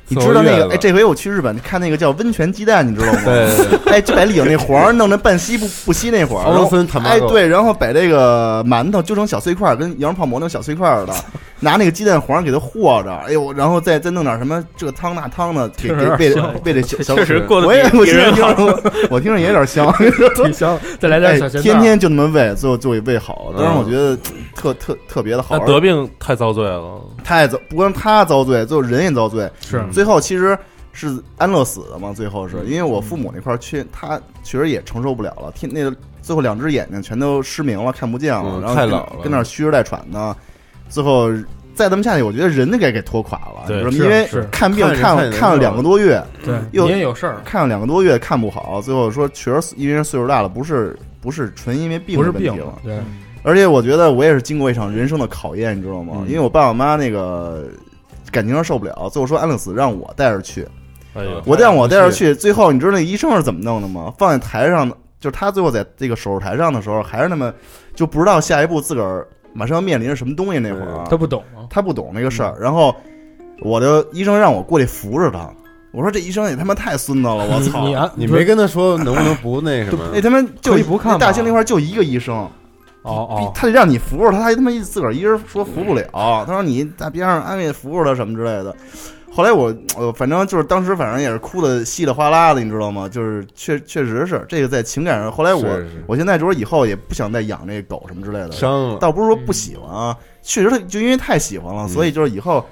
你知道那
伺候
个
越？了
哎，这回我去日本看那个叫温泉鸡蛋，你知道吗？
对对
哎，就把里头那黄儿弄成半稀不不稀那会儿，
奥
然
罗
后
森他妈
哎
够
对，然后把这个馒头揪成小碎块儿，跟羊肉泡馍那种小碎块儿的，拿那个鸡蛋黄给它和着，哎呦，然后再再弄点什么这汤那汤的，给
听
给喂
着香
喂这小小
确实过得
我也
比
我
比
听着
人好
听着我听着也有点香，
挺香再来点小咸
哎
蛋
天天就那么喂，最后就给喂好了。
嗯
当然我觉得特特特别的好
那，得病太遭罪了，
太遭，不光他遭罪，最后人也遭罪。
是
嗯
最后其实是安乐死的嘛，最后是因为我父母那块儿去，他确实也承受不了了，天那个最后两只眼睛全都失明了，看不见了，
嗯
然后
太
跟
老了
跟那儿虚着带喘呢。最后再这么下去，我觉得人就该给拖垮了，
对
你知
是
道吗因为
是
看病
看人
看
看人
看了两个多月，
对
又
你也有事儿
看了两个多月看不好，最后说确实因为岁数大了，不是不是纯因为病
不是
的问题
病
了，嗯
对。
而且我觉得我也是经过一场人生的考验，你知道吗？
嗯
因为我爸我妈那个感情上受不了，最后说安乐死让我带着去。
哎呦
我让我带着去，最后你知道那医生是怎么弄的吗？放在台上，就是他最后在这个手术台上的时候，还是那么就不知道下一步自个儿马上要面临着什么东西那会儿啊、
嗯
他不懂啊，
他不懂那个事儿。然后我的医生让我过去扶着他，我说这医生也他妈太孙子了，我操！
啊
你没跟他说能不能不那什么？
那他妈就
可以不看吧
那大兴那块儿就一个医生，
哦
哦，他得让你扶着他，他还他妈一自个儿一人说扶不了，他说你在边上安慰扶着他什么之类的。后来我我反正就是当时反正也是哭的稀里哗啦的，你知道吗？就是确确实是这个在情感上，后来我
是是
我现在就是以后也不想再养这狗什么之类的，
伤了
倒不是说不喜欢啊，确实就因为太喜欢了，所以就是以后。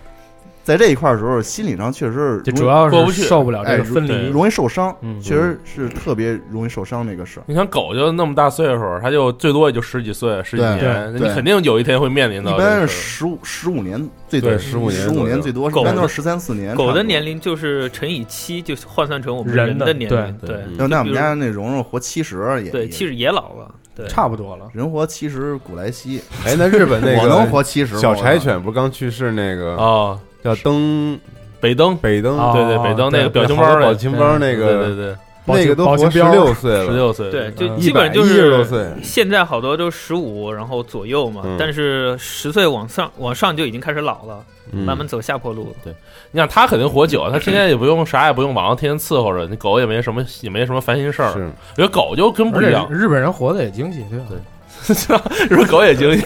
在这一块儿的时候，心理上确实是容
就
易
主要是过不去受不了这个
哎
分离
容易容易受伤，
嗯
确实是特别容易受伤的一个事儿。
你看狗就那么大岁数，它就最多也就十几岁、十几
对
年，
对
你肯定有一天会面临
一
到这个事儿。
般是十五十五年最多，
对15年
十
左
五
右
年最多，一
狗
般都是十三四年。
狗
差
的
不多
年龄就是乘以七，就换算成我们
人
人
的
的年龄。对，
那那我
就
们
比如
家那蓉蓉活七十也
对
也
其实也老了，对，
差不多了。
人活七十古来稀。
哎，那日本那个
我能活七十，
小柴
我操。
犬不是刚去世那个
啊，
叫登
北登
北登
对对北登那个表情包儿那
表
个
情包那个
对对对
那个都活十六岁了，
16岁
对，
嗯
就
啊
100
基本就
116
是
岁
现在好多都十五，然后左右嘛
嗯，
但是十岁往上往上就已经开始老了，
嗯
慢慢走下坡路了。
对，你想他肯定活久，他天天也不用啥也不用忙，天天伺候着，那狗也没什么也没什么烦心事儿。
是，
我觉得狗就跟不
而
一
且
样，
日本人活得也精细，对吧？
是不是狗也经历？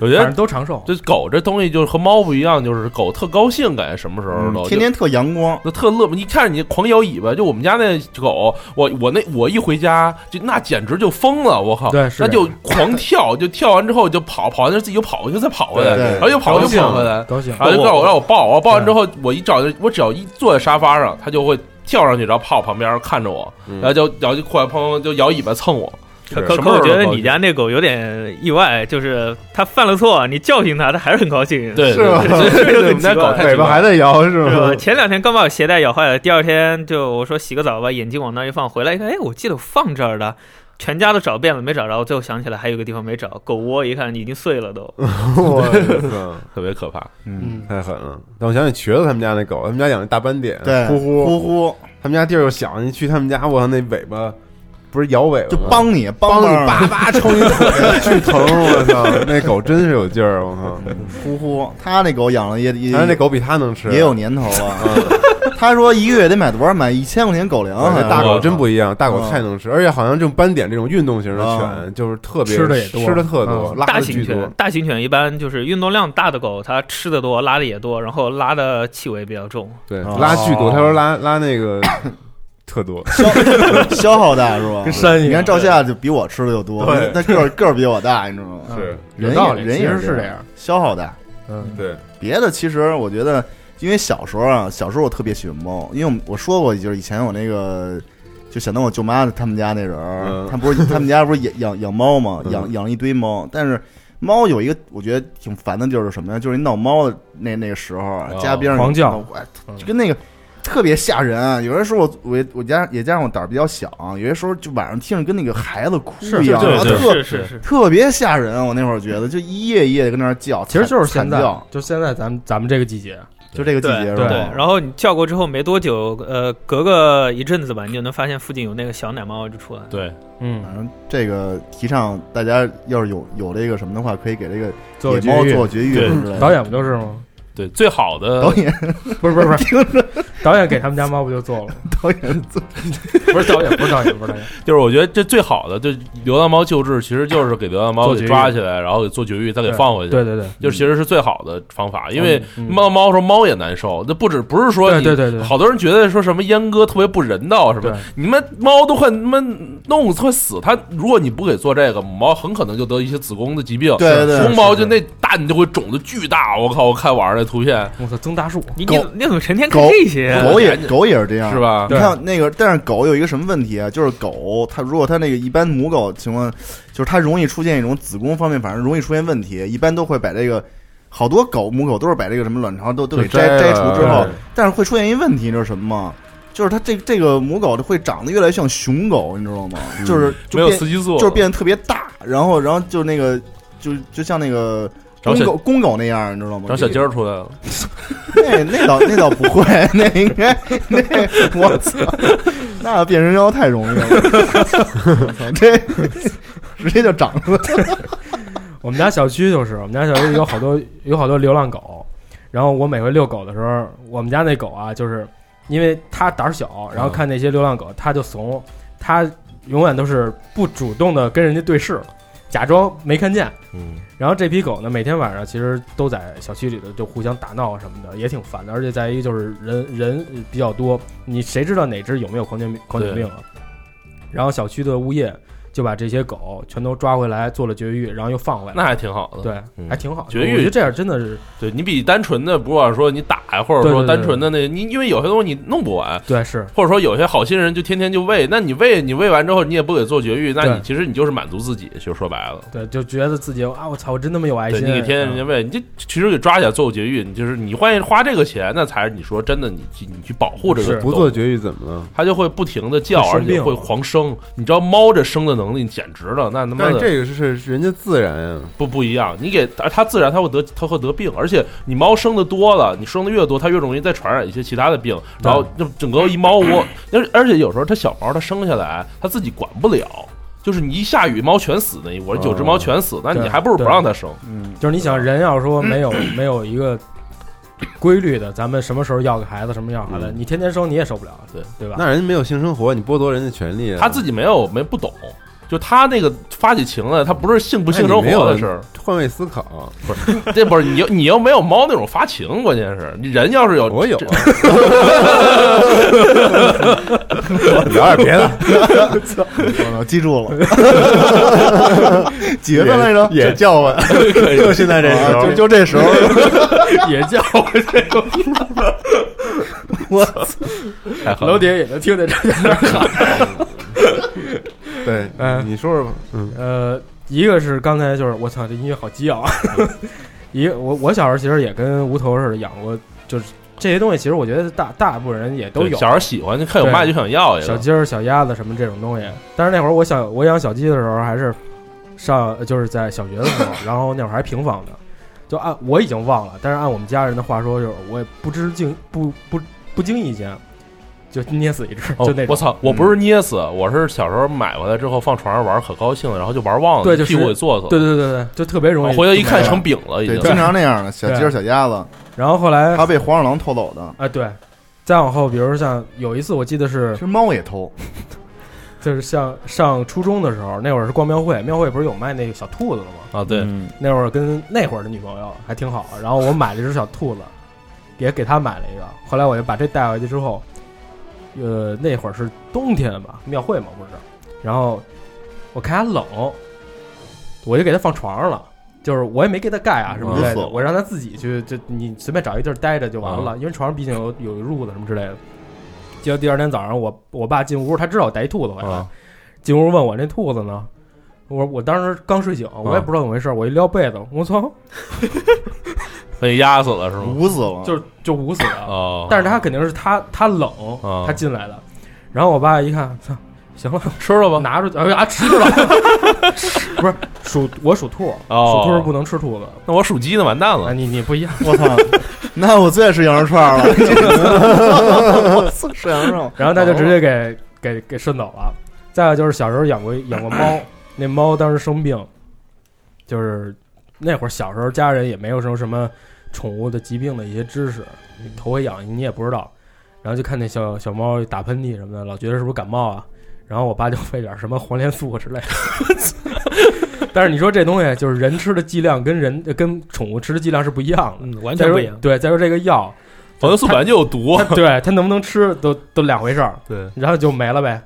我觉得
反正都长寿。
这狗这东西就是和猫不一样，就是狗特高兴，感觉什么时候都、
嗯天天特阳光，
就特乐。你看着你狂摇尾巴，就我们家那狗，我我那我一回家就那简直就疯了，我靠，
哦对是
那
这
就
样
狂跳，就跳完之后就跑，跑完就自己就跑回去，再跑回来，
对对
然后又跑
高
又
兴
跑回来，
高兴
然后就
我
让我让我抱，我抱完之后我一找我只要一坐在沙发上，它就会跳上去，然后泡旁边看着我，然后就然后就过来砰砰砰就摇尾巴蹭我。
嗯可可可，
什么时候
我
都
觉得
高
你
兴
家那狗有点意外，就是它犯了错，你教训它，它还是很高兴，
对
是吧？
对 对对
这
我
就
们家狗太
尾巴还在摇是
是吧？
吗？
前两天刚把我鞋带咬坏了，第二天就我说洗个澡吧，眼睛往那儿一放，回来一看，哎，我记得我放这儿的，全家都找遍了没找着，我最后想起来还有一个地方没找，狗窝一看已经碎了都。
我 操，
特别可怕。
嗯，
太狠了！但我想起瘸子他们家那狗，他们家养那大斑点，
对
嗯呼呼
呼呼，
他们家地儿又小，你去他们家，我操，那尾巴不是摇尾巴吗，
就帮你
帮
你
你叭叭抽你腿，巨疼！我操，那狗真是有劲儿，我靠！
呼呼。他那狗养了也也
但是那狗比它能吃，
也有年头了。他说一个月得买多少？买一千块钱狗粮
啊。
好
这
像
大狗
是
真不一样，大狗
嗯
太能吃，而且好像这种斑点这种运动型的
啊
犬，就是特别
吃得也多
吃的特多，拉
大
的
型
巨多
犬，。大型犬一般就是运动量大的狗，它吃的多，拉的也多，然后拉的气味比较重。
对，
哦
拉巨多。他说拉拉那个特多，
消 消耗大是吧？
跟山一样
你看赵夏就比我吃的又多
对，
他个儿个儿比我大，你知道吗？
是
人
有道理
也人
其
也
实是
这
这样，
消耗大。
嗯，
对，
别的其实我觉得，因为小时候啊，小时候我特别喜欢猫，因为我们我说过，就是以前我那个，就想到我舅妈他们家那人儿，
嗯
他 不是他们家不是养养养猫嘛，
嗯
养养了一堆猫，但是。猫有一个我觉得挺烦的地儿是什么呀？就是你闹猫的那那个时候啊，家边上
哦狂叫
我就跟那个特别吓人啊。有的时候我我我家也加上我胆儿比较小啊，有些时候就晚上听着跟那个孩子哭
是
一样，
是
然后
对
特
是是是，
特别吓人啊。我那会儿觉得就一夜一夜的跟那儿叫，
其实就是
惨
现在
叫，
就现在咱们咱们这个季节，
就这个季节是吧？
对，然后你叫过之后没多久，呃，隔个一阵子吧，你就能发现附近有那个小奶猫就出来了。
对，
嗯，
反正这个提倡大家要是有有这个什么的话，可以给这
做
个野猫
绝育
做绝育
对
什么之类的。
导演不就是吗？
对，最好 的
哦
导演
不是不是不是，导演给他们家猫不就做了？
导演做
不是导演，不是导演，不是导演，
就是我觉得这最好的，就流浪猫救治，其实就是给流浪猫
做绝
给
育
抓起来，然后给做绝育，再给
对
放回去。
对对对，
就其实是最好的方法，因为
嗯
猫猫说猫也难受，那不止不是说
对
你
对对对
好多人觉得说什么阉割特别不人道什么
对，
你们猫都快他妈弄快死，它如果你不给做这个，母猫很可能就得一些子宫的疾病，
对对
公猫就那蛋就会肿的巨大，我靠！我看网上那图片，
我操，增大树，
你你
狗
你怎么成天看
狗
这些啊？
狗也狗也是这样，
是？吧
你？
对
看那个，但是狗有一个什么问题啊？就是狗，它如果它那个一般母狗情况，就是它容易出现一种子宫方面，反正容易出现问题，一般都会把这个好多狗母狗都是把这个什么卵巢都都给
就摘
摘摘
了
除之后
对，
但是会出现一问题，你知道什么吗？就是它这这个母狗会长得越来越像雄狗，你知道吗？就是就
嗯没有
变
雌激素，
就是变得特别大，然后然后就那个就就像那个
长
公
小
狗公狗那样，你知道吗？
长小鸡儿出来了，
那那倒那倒不会，那应该那我操，那变身妖太容易了，我操这直接就长出来了。
我们家小区就是，我们家小区有好多 有好多流浪狗，然后我每回遛狗的时候，我们家那狗啊，就是因为它胆儿小，然后看那些流浪狗，它就怂，它永远都是不主动的跟人家对视，假装没看见。
嗯，
然后这批狗呢，每天晚上其实都在小区里头就互相打闹什么的，也挺烦的。而且再一个就是人人比较多，你谁知道哪只有没有狂犬病狂犬病啊？然后小区的物业就把这些狗全都抓回来做了绝育，然后又放回来。
那还挺好的。
对，
嗯
还挺好的。
绝育
我觉得这样真的是
对你比单纯的，不管说你打 呀，或者说
对对对
单纯的那，你因为有些东西你弄不完，
对，是
或者说有些好心人就天天就喂，那你喂你喂完之后你也不给做绝育，那
对
你其实你就是满足自己，就说白了。
对，就觉得自己啊，我操，我真他妈有爱
对
心。
你给天天人家
嗯
喂，你这其实给抓起来做绝育，你就是你花花这个钱，那才是你说真的你，你你去保护这个
是
狗
不做，绝育怎么了？
它就会不停的叫，
会
而
生病
且会狂生。你知道猫这生的能力简直了，那他妈
但是
的
这个是是人家自然啊，
不不一样。你给它它自然它会得它会得病，而且你猫生的多了，你生的越多，它越容易再传染一些其他的病，然后就整个一猫窝。 而而且有时候它小猫它生下来它自己管不了。就是你一下雨，猫全死那一窝，
哦
九只猫全死，那你
对
还不如不
对
让它生。
嗯，
就是你想，人要说没有
嗯
没有一个规律的，咱们什么时候要个孩子，什么时候要孩子，
嗯
你天天生你也受不了，
对
对吧？
那人家没有性生活，你剥夺人家权利啊。
它自己没有没不懂，就它那个发起情来，它不是性不性生
哎你没有
活的 事儿，
换位思考，
这不是你又你又没有猫那种发情，关键是你人要是有
我有
这
啊。聊点别的，
我记住 了，几月份来着？
也也
叫唤，就现在这时候，就就这时候，
也叫
我
太狠了
楼底下也能听见这点喊。
对，
嗯
你说说吧，嗯，
呃，一个是刚才就是我操，这音乐好激昂。
嗯
一个我我小时候其实也跟无头似的养过，就是这些东西，其实我觉得大大部分人也都
对
有。
小孩喜欢，就 看有卖就想要一
小
个。
鸡儿、小鸭子什么这种东西。但是那会儿我小我养小鸡的时候，还是上就是在小学的 时候，然后那会儿还平房呢，就按我已经忘了，但是按我们家人的话说，就是我也不知经不不不经意间就捏死一只，
哦
就那
我
种。嗯
操！我不是捏死，我是小时候买回来之后放床上玩，可高兴了，然后就玩忘了，
对就
屁股
是
给坐死了。
对对对对，对就特别容
哦
易
我回头一
就
看
没了
成饼了，已
对，
经。
经常那样的小鸡儿、小鸭子，
然后后来啊、啊
它被黄鼠狼偷走的，
对，再往后，比如像有一次我记得是
其实猫也偷，
就是像上初中的时候，那会儿是逛庙会，庙会不是有卖那个小兔子的吗？
啊，对，
那会儿跟那会儿的女朋友还挺好，然后我买了一只小兔子，也给她买了一个。后来我就把这带回去之后，呃，那会儿是冬天吧，庙会嘛不是，然后我看它冷，我就给它放床上了，就是我也没给它盖啊什么之类
嗯
的，我让它自己去，就你随便找一地儿待着就完
啊
了，因为床上毕竟有有褥子什么之类的。结果第二天早上我，我爸进屋，他知道我带一兔子回来，
啊
进屋问我那兔子呢。我我当时刚睡醒，我
啊
也不知道怎么回事，我一撩被子，我操，
被压死了是吗？
捂死了，
就就捂死了。
哦，
嗯但是他肯定是他他冷
啊，
他进来的。然后我爸一看，操，行了，
吃了吧，
拿出去，哎呀，吃了，不是属我属兔，
哦啊
属兔是不能吃兔子。哎
那我属鸡呢，完蛋了。
你你不一样，
我操！那我最爱吃羊肉串 了我操吃羊肉
然后他就直接给给给顺走了。再有就是小时候养 过养过猫，那猫当时生病，就是那会儿小时候家人也没有什么什么宠物的疾病的一些知识，
嗯
你头回养你也不知道，然后就看那小小猫打喷嚏什么的，老觉得是不是感冒啊？然后我爸就喂点什么黄连素之类的。 但是你说这东西就是人吃的剂量跟人跟宠物吃的剂量是不一样的，
嗯完全
再说
不一样
对，再说这个药，
黄连素本来就有毒
它它 对它能不能吃都都两回事儿。
对，
然后就没了呗。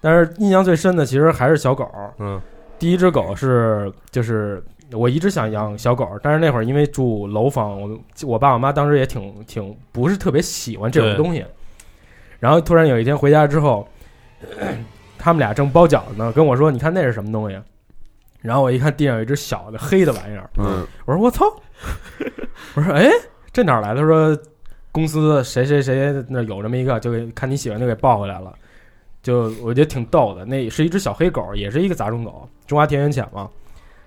但是印象最深的其实还是小狗。
嗯，
第一只狗是就是我一直想养小狗，但是那会儿因为住楼房，我们我爸我妈当时也挺挺不是特别喜欢这种
对
东西。然后突然有一天回家之后， 他们俩正包饺子呢，跟我说：“你看那是什么东西？”然后我一看地上有一只小的黑的玩意儿，
嗯，
我说我操，我说哎，这哪儿来的？他说公司谁谁谁那有这么一个，就给看你喜欢就给抱回来了。就我觉得挺逗的，那是一只小黑狗，也是一个杂种狗，中华田园犬嘛。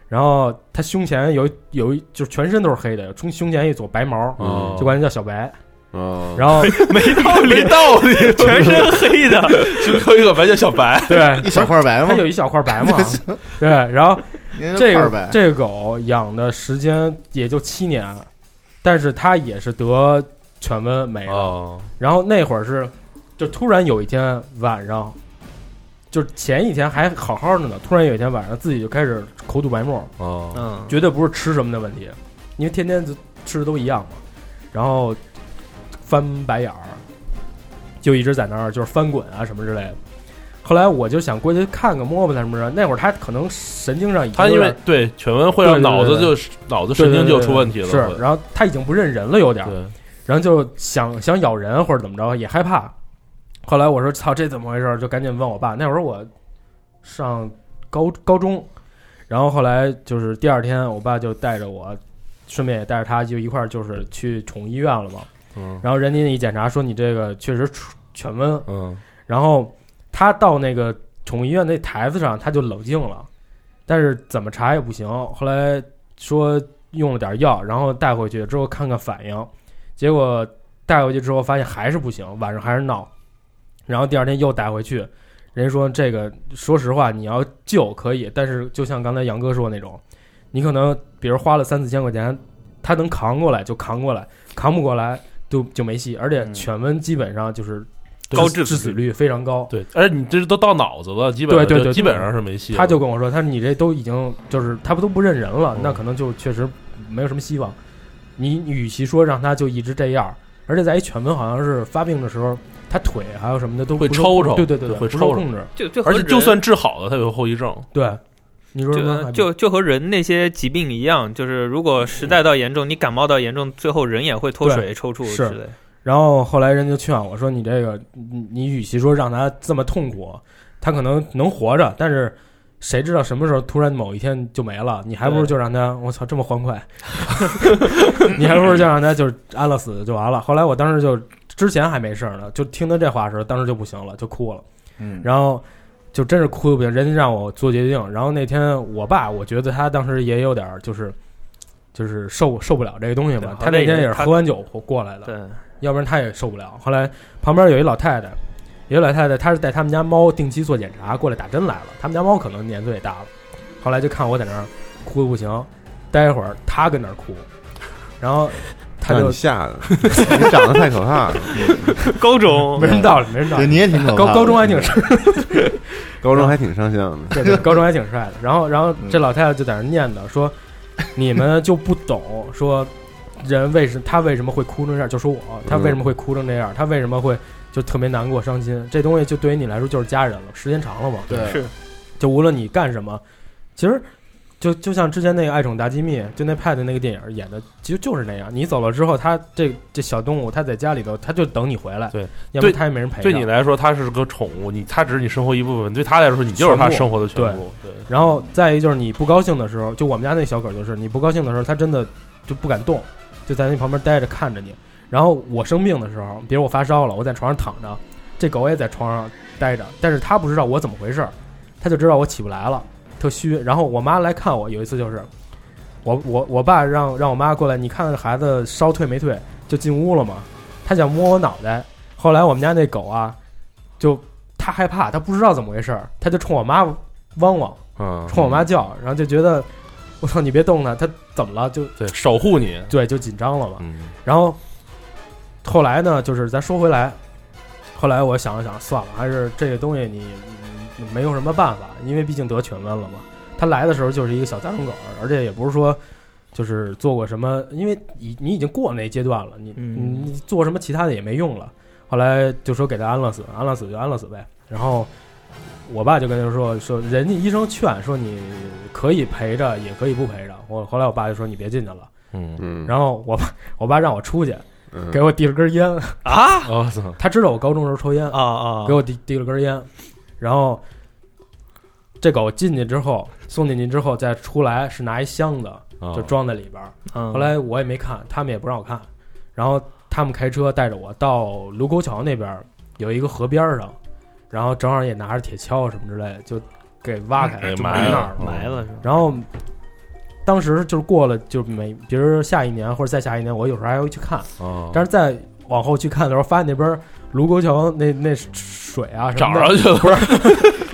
然后它胸前有一有一就是全身都是黑的，胸胸前一撮白毛，
哦
就管它叫小白。
哦
然后
没道理，没道理，
全身黑的，
胸口一个白叫小白，
对，
一小块白吗
它有一小块白 嘛。对，然后
您
这
块儿
个
白
这个狗养的时间也就七年，但是它也是得犬瘟没了。
哦
然后那会儿是，就突然有一天晚上，就是前一天还好好的呢，突然有一天晚上自己就开始口吐白沫。
哦
嗯
绝对不是吃什么的问题，因为天天就吃的都一样嘛。然后翻白眼儿，就一直在那儿就是翻滚啊什么之类的。后来我就想过去看看摸摸它什么的，那会儿它可能神经上已经
他因
有
为
点
对犬瘟会让
嗯对对对
脑子
对
就是脑子神经就出问题了，
对对对对
会
是，然后它已经不认人了，有点儿，然后就想想咬人或者怎么着，也害怕。后来我说：“操，这怎么回事儿？”就赶紧问我爸。那会儿我上高高中，然后后来就是第二天，我爸就带着我，顺便也带着他，就一块儿就是去宠物医院了嘛。
嗯
然后人家一检查说你这个确实出犬瘟，
嗯，
然后他到那个宠物医院那台子上，他就冷静了，但是怎么查也不行。后来说用了点药，然后带回去之后看看反应，结果带回去之后发现还是不行，晚上还是闹，然后第二天又带回去，人家说这个说实话你要救可以，但是就像刚才杨哥说那种，你可能比如花了三四千块钱，他能扛过来就扛过来，扛不过来就就没戏，而且犬瘟基本上就是。
高
致
致死
死率非常高，
对，而且你这都到脑子了，基本
对
上
对
就
对，
基本上是没戏了。
他就跟我说，他说你这都已经就是他不都不认人了，
嗯
那可能就确实没有什么希望。你与其说让他就一直这样，而且在一犬瘟好像是发病的时候，他腿还有什么的都
会
不受
抽抽，
对对对，
会
不
抽
受
抽
控制，
就就和
而且
人
就算治好了，它有后遗症。
对，你说什么
就？就就和人那些疾病一样，就是
嗯
如果实在到严重，你感冒到严重，最后人也会脱
对
水、抽搐之
是
类的。
然后后来人就劝我说：“你这个，你你与其说让他这么痛苦，他可能能活着，但是谁知道什么时候突然某一天就没了？你还不如就让他，我操，这么欢快， 你还不如就让他就是安乐死就完了。”后来我当时就之前还没事儿呢，就听他这话的时候，当时就不行了，就哭了。
嗯，
然后就真是哭的不行，人家让我做决定。然后那天我爸，我觉得他当时也有点儿就是就是受受不了这个东西吧，
对
他那天也是
他
喝完酒过来的。
对，
要不然他也受不了。后来旁边有一老太太，有一老太太，她是带他们家猫定期做检查，过来打针来了。他们家猫可能年岁也大了，后来就看我在那儿哭的不行，待一会儿她跟那儿哭，然后她
让
就
你吓的，你长得太可怕了。
高中
没什么道理，没什么道理。
对你也挺可怕的
高高中还挺帅，
高中还挺上相的，
对对，高中还挺帅的。然后然后
嗯
这老太太就在那儿念叨说：“你们就不懂说。”人为什他为什么会哭成这样？就说我，他为什么会哭成这样？他为什么会就特别难过、伤心？这东西就对于你来说就是家人了，时间长了嘛。
对
是
就无论你干什么，其实就就像之前那个《爱宠达基密》，就那 Pad 那个电影演的，其实就是那样。你走了之后，它这这小动物它在家里头，它就等你回来，
对，
要不然它也没人陪
对
着。
你来说，它是个宠物，你它只是你生活一部分；对它来说，你就是它生活的全部。对，
然后再一就是你不高兴的时候，就我们家那小狗就是，你不高兴的时候，它真的就不敢动，就在那旁边待着看着你。然后我生病的时候，比如我发烧了，我在床上躺着，这狗也在床上待着，但是它不知道我怎么回事儿，它就知道我起不来了，特虚。然后我妈来看我，有一次就是，我我我爸让让我妈过来，你看看孩子烧退没退，就进屋了嘛。他想摸我脑袋，后来我们家那狗啊，就它害怕，它不知道怎么回事儿，它就冲我妈汪汪，
嗯，
冲我妈叫，然后就觉得我操你别动它，它怎么了就
对守护你，
对就紧张了嘛。
嗯
然后后来呢，就是咱说回来，后来我想了想，算了，还是这个东西你你没有什么办法，因为毕竟得犬瘟了嘛。它来的时候就是一个小杂种狗，而且也不是说就是做过什么，因为已你已经过那阶段了，你、
嗯
你做什么其他的也没用了。后来就说给它安乐死，安乐死就安乐死呗。然后我爸就跟他说说，人家医生劝说你可以陪着，也可以不陪着。我后来我爸就说你别进去了。
嗯，
嗯，
然后我爸我爸让我出去，
嗯
给我递了根烟，
啊
我操，
他知道我高中时候抽烟，
啊啊！
给我递递了根烟，然后这狗进去之后送进去之后再出来是拿一箱子
哦
啊
就装在里边儿，
后
后来我也没看，他们也不让我看，然后他们开车带着我到卢沟桥那边儿有一个河边儿上，然后正好也拿着铁锹什么之类的就给挖开
给
就
埋
埋那儿
了
了，
埋了是吧？
然后当时就是过了，就是每比如下一年或者再下一年，我有时候还会去看，
哦
啊，
但是再往后去看的时候，发现那边卢沟桥那那水啊什
找
么
着
的
去了不是？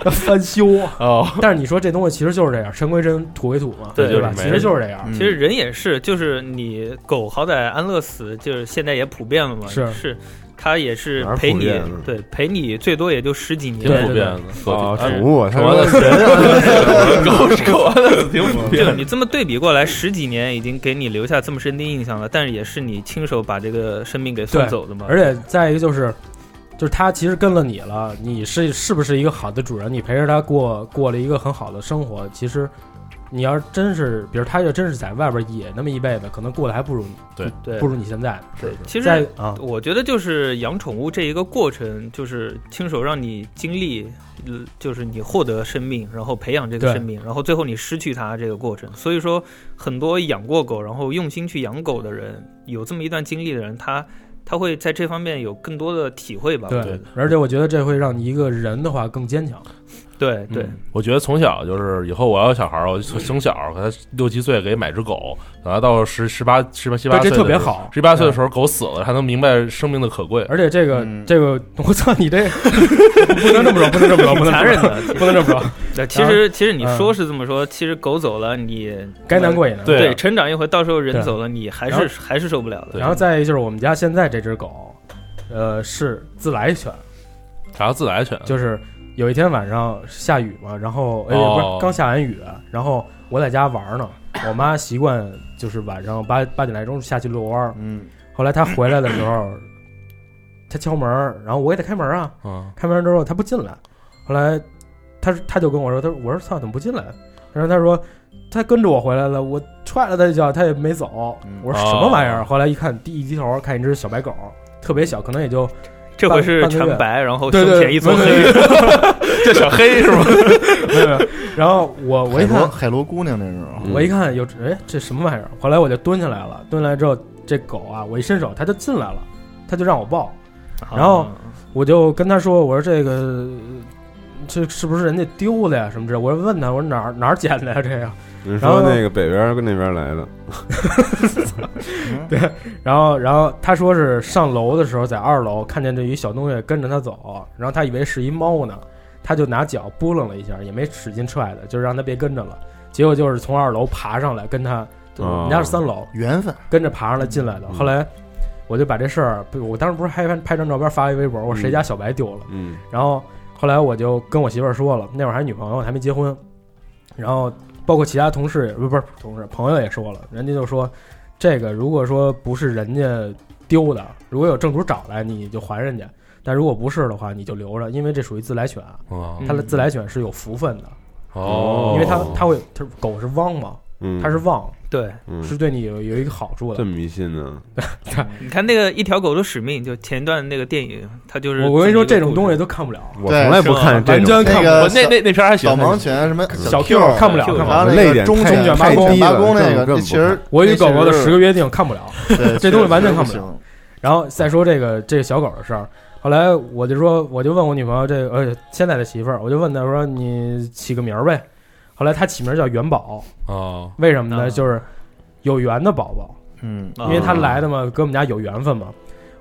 翻修。 啊
哦，
但是你说这东西其实就是这样，尘归尘，土归土嘛，
对
吧？
就是
其
没
实就是这样。
其实人也是，就是你狗好歹安乐死，就是现在也普遍了嘛，
是
是，它也是
哪儿
陪
普
你
遍了，
对，陪你最多也就十几
挺
年，
普遍的，
哦，
狗
宠物，他
狗完了
说
狗 狗完了挺普遍
就
的，
你这么对比过来，十几年已经给你留下这么深的印象了，但是也是你亲手把这个生命给送
对
走的嘛。
而且再一个就是，就是它其实跟了你了，你是是不是一个好的主人？你陪着它过过了一个很好的生活，其实。你要是真是，比如它要真是在外边野那么一辈子，可能过得还不如你，
对
不，如你现在。
对，其
再
实
啊，
我觉得就是养宠物这一个过程，就是亲手让你经历，呃就是你获得生命，然后培养这个
对
生命，然后最后你失去它这个过程。所以说，很多养过狗，然后用心去养狗的人，有这么一段经历的人，他他会在这方面有更多的体会吧？我觉
对嗯
得，
而且我觉得这会让你一个人的话更坚强。
对对
嗯
嗯我觉得从小就是以后我要有小孩儿，我就从小给他六七岁给买只狗，等他到十十八十八十八
对
岁
这特别好
十八岁的时候狗死了，还能明白生命的可贵。
而且这个、
嗯
这个， 我操，你这不能这么说，不能这么说，不能
残
这
忍
么说，嗯
的。
不能这么说，
对，其实其实你说是这么说，其实狗走了，你
该难过也难过。
对
对，成长一回，到时候人
对啊
走了，你还
然后
是还是受不了的。
然后再一个就是我们家现在这只狗，呃，是自来犬，
啥自来犬？
就是有一天晚上下雨嘛，然后哎、
哦
不是刚下完雨，然后我在家玩呢，我妈习惯就是晚上八八点来钟下去遛弯儿，
嗯，
后来她回来的时候，她敲门儿，然后我给她开门啊，
嗯，
开门之后他不进来，后来他他就跟我说，他说我说操怎么不进来？然后他说他跟着我回来了，我踹了他一脚，他也没走
嗯。
我说什么玩意儿？
哦
后来一看，第一低头看一只小白狗，特别小，可能也就
这回是
半个月
全白，
哦
然后
对
胸
对
前一撮
没
黑，
这小黑是吗？
没有没有。然后我我一
海螺
看
海螺姑娘那是，
我一看有哎这什么玩意儿？后来我就蹲下来了，蹲下来之后这狗啊，我一伸手它就进来了，它就让我抱。
啊
然后我就跟他说：“我说这个，这是不是人家丢的呀？什么之类的？”我就问他：“我说哪儿哪儿捡的呀？这个？”
你
然
说
后
那个北边儿跟那边儿来的，
然后，然后他说是上楼的时候，在二楼看见这一小东西跟着他走，然后他以为是一猫呢，他就拿脚拨楞了一下，也没使劲踹的，就让他别跟着了。结果就是从二楼爬上来，跟他，
哦
我们家是三楼，
缘分，
跟着爬上来进来的。
嗯
后来我就把这事儿，不我当时不是还拍拍张照片发一微博，我说谁家小白丢了。
嗯，
然后后来我就跟我媳妇儿说了，那会儿还女朋友，还没结婚。然后包括其他同事，不不是同事，朋友也说了，人家就说，这个如果说不是人家丢的，如果有正主找来，你就还人家；但如果不是的话，你就留着，因为这属于自来犬，
嗯
哦
嗯
它的自来犬是有福分的，
哦，
因为它它会，它狗是汪嘛，
嗯
它是旺，
对，
嗯
是对你有有一个好处
这
的。
么迷信呢？
你看那个一条狗的使命，就前段那个电影，它就是
我我跟你说，这种东西
都
都看不了，
我
对
从来不看这
完
种
全看
那
不了。
个
嗯我那那那片儿还行
导，盲犬什么
小
Q
Q 看不了，
小 Q
看不
还有
了。
那
泪
个
点
中
太
中
卷
八
八
公
公
八公
这种
那个，
根
那
本
其实
我与狗狗的十个约定看不了。
对
这东西完全看不了
确实行
然后再说这个这个小狗的事儿，后来我就说，我就问我女朋友这个，呃，现在的媳妇儿，我就问她我说你起个名儿呗。后来它起名叫元宝，
哦，
为什么呢？
啊
就是有缘的宝宝，
嗯
因为它来的嘛，跟我们家有缘分嘛。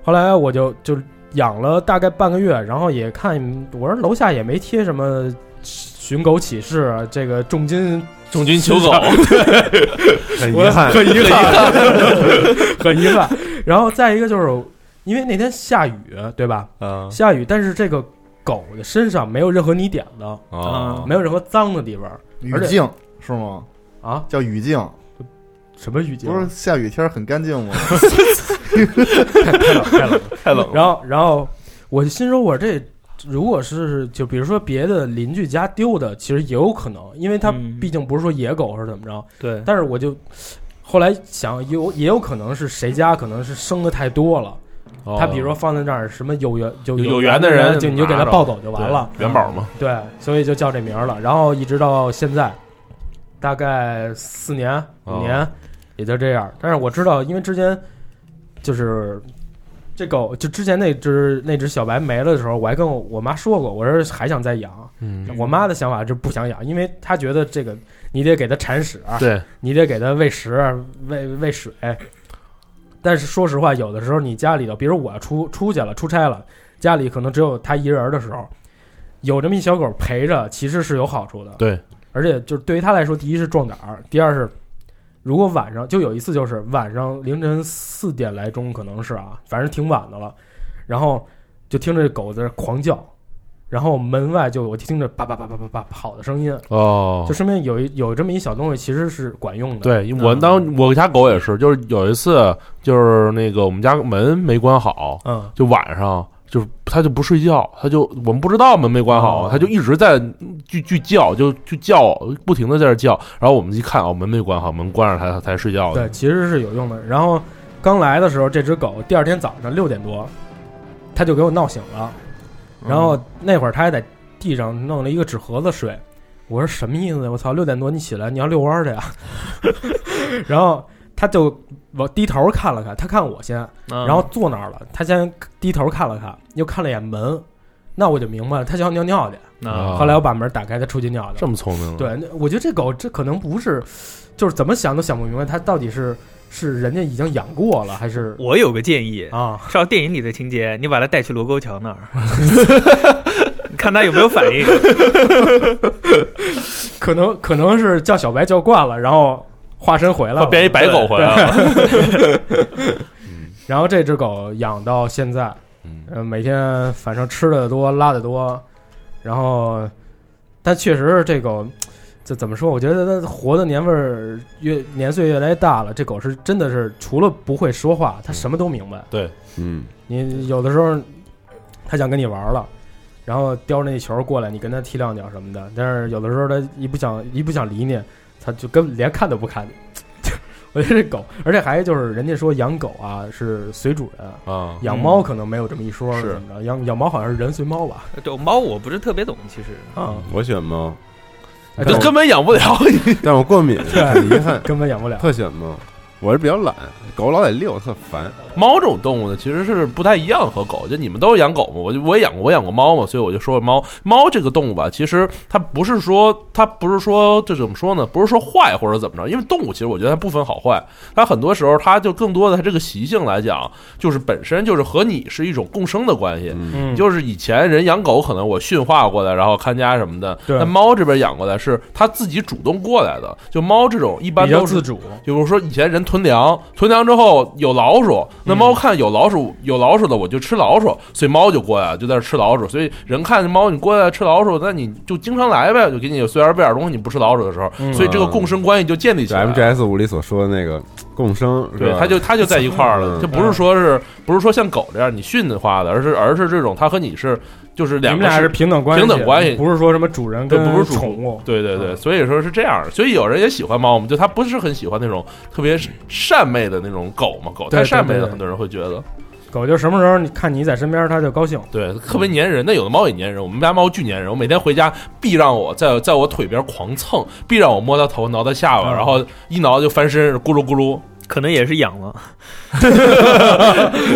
后来我就就养了大概半个月，然后也看我说楼下也没贴什么寻狗启事啊，这个重金
重金求 狗
对
很遗
我
憾
很遗憾
很遗，憾
很遗憾。然后再一个就是因为那天下雨，对吧？
啊
嗯
下雨，但是这个狗的身上没有任何泥点子，
哦
没有任何脏的地方，
语
而且
境是吗？
啊，
叫语境。
什么语境啊
不是下雨天很干净吗？
太冷，太冷，
太冷了
然后，然后我就心说，我这如果是就比如说别的邻居家丢的，其实也有可能，因为它毕竟不是说野狗是怎么着。
对
但是我就后来想，有也有可能是谁家可能是生的太多了。
哦
他比如说放在那儿，什么有缘就
有
缘
缘的人
就你就给
拿
他
着
抱走就完了，
哦对元宝嘛
对，所以就叫这名儿了。然后一直到现在，大概四年
哦
五年，也就这样。但是我知道，因为之前就是这狗，就之前那只那只小白没了的时候，我还跟我我妈说过，我说还想再养。
嗯
我妈的想法是不想养，因为她觉得这个你得给它铲屎，啊
对
你得给它喂食、啊喂喂水。但是说实话，有的时候你家里头，比如我出出去了、出差了，家里可能只有他一人儿的时候，有这么一小狗陪着，其实是有好处的。
对，
而且就是对于他来说，第一是壮胆儿，第二是如果晚上就有一次就是晚上凌晨四点来钟，可能是啊，反正挺晚的了，然后就听着狗在那狂叫，然后门外就我听着叭叭叭叭叭叭跑的声音，
哦
就说明有一有这么一小东西其实是管用的。
对我当我家狗也是，就是有一次，就是那个我们家门没关好，
嗯，
就晚上就是它就不睡觉，它就我们不知道门没关好，它就一直在巨巨叫，就就叫，不停的在这叫，然后我们一看哦门没关好，门关上它它才睡觉的
对，，其实是有用的。然后刚来的时候，这只狗第二天早上六点多，它就给我闹醒了，然后那会儿它还在地上弄了一个纸盒子睡。我说什么意思呀？我操，六点多你起来，你要遛弯儿去呀？啊 然后它就我低头看了看，它看我先，
嗯
然后坐那儿了。它先低头看了看，又看了一眼门，那我就明白了，它想要尿尿去。
哦
啊
后来我把门打开，它出去尿去了。
这么聪
啊嗯
明，
对，那我觉得这狗这可能不是，就是怎么想都想不明白，它到底是是人家已经养过了，还是
我有个建议
啊，
照电影里的情节，你把它带去罗沟桥那 儿，看它有没有反 应。
可能可能是叫小白叫惯了，然后化身回来了，
变一哎白狗回来
对
了
对然后这只狗养到现在，
嗯
呃，每天反正吃的多，拉的多，然后，但确实这狗，这怎么说？我觉得它活的年味儿越年岁越来越大了，这狗是真的是除了不会说话，它什么都明白。
对，
嗯，
你有的时候它想跟你玩儿了，然后叼着那球过来，你跟它踢两脚什么的，但是有的时候它一不想一不想理你，它就根本连看都不看你。 我觉得这狗，而且还就是人家说养狗啊是随主人
啊
养猫可能没有这么一说，是怎么着？养养猫好像是人随猫吧？
对猫我不是特别懂，其实
嗯
啊，
我选猫，
哎
但
这
我
根本养不了
但我过 敏，
对
很遗憾，
根本养不了
特选猫，我是比较懒，狗老得遛，特烦。
猫这种动物呢，其实是不太一样和狗。就你们都是养狗嘛，我就我也养过，我养过猫嘛，所以我就说猫。猫这个动物吧，其实它不是说它不是说这怎么说呢？不是说坏或者怎么着，因为动物其实我觉得它不分好坏，它很多时候它就更多的它这个习性来讲，就是本身就是和你是一种共生的关系。
嗯
就是以前人养狗可能我驯化过来，然后看家什么的，
对
那猫这边养过来是它自己主动过来的。就猫这种一般都
比较
是
自主
比如说以前人囤粮，囤粮之后有老鼠，
嗯
那猫看有老鼠，有老鼠的我就吃老鼠，所以猫就过来就在那吃老鼠。所以人看见猫你过来吃老鼠，那你就经常来呗，就给你随便喂点东西，你不吃老鼠的时候，嗯
嗯
所以这个共生关系就建立起来了。
MGS 五里所说的那个共生，是
对，
吧
它就它就在一块儿了，
嗯
就不是说是不是说像狗这样你驯化的，而是而是这种它和你是就是
你
两
们
个
俩是平等关系，
平等关系，
不是说什么主人
对，
跟
不是主
宠物。
对对
嗯
对，所以说是这样，所以有人也喜欢猫嘛，就他不是很喜欢那种特别善昧的那种狗嘛，狗
对
太善昧
对对
了，
对
很多人会觉得，
狗就什么时候你看你在身边，它就高兴。
对，
嗯
特别粘人。那有的猫也粘人，我们家猫巨粘人，我每天回家必让我在在我腿边狂蹭，必让我摸它头，挠它下巴，
嗯
然后一挠就翻身，咕噜 咕噜，
可能也是养了，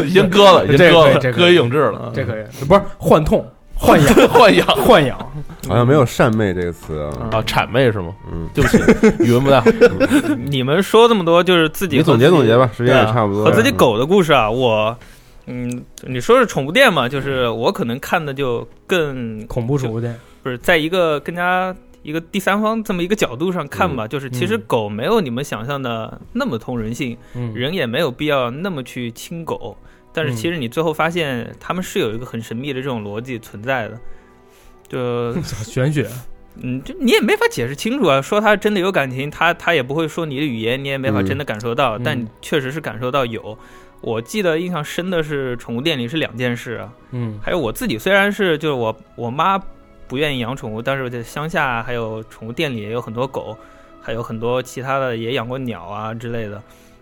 已经割了，已经
这
割
可以
了，
这可以
割一永志了，
嗯这可以，不是换痛，豢 养
嗯
豢养
豢养，
好像没有谄媚这个词啊。
啊，谄媚是吗？
嗯，
对不起，语文不太好。
你们说这么多，就是自己
你总结
和自己
总结吧时间也
对啊
差不多嗯了
和自己狗的故事啊，我，嗯，你说是宠物店嘛，就是我可能看的就更
恐怖宠物店，
不是在一个更加一个第三方这么一个角度上看吧，就是其实
嗯
狗没有你们想象的那么通人性，
嗯
人也没有必要那么去亲狗。但是其实你最后发现，他们是有一个很神秘的这种逻辑存在的，就
玄学，
嗯，就你也没法解释清楚啊。说他真的有感情，他他也不会说你的语言，你也没法
嗯
真的感受到，
嗯
但确实是感受到有。我记得印象深的是宠物店里是两件事啊，
嗯
还有我自己虽然是就是我我妈不愿意养宠物，但是我在乡下还有宠物店里也有很多狗，还有很多其他的也养过鸟啊之类的。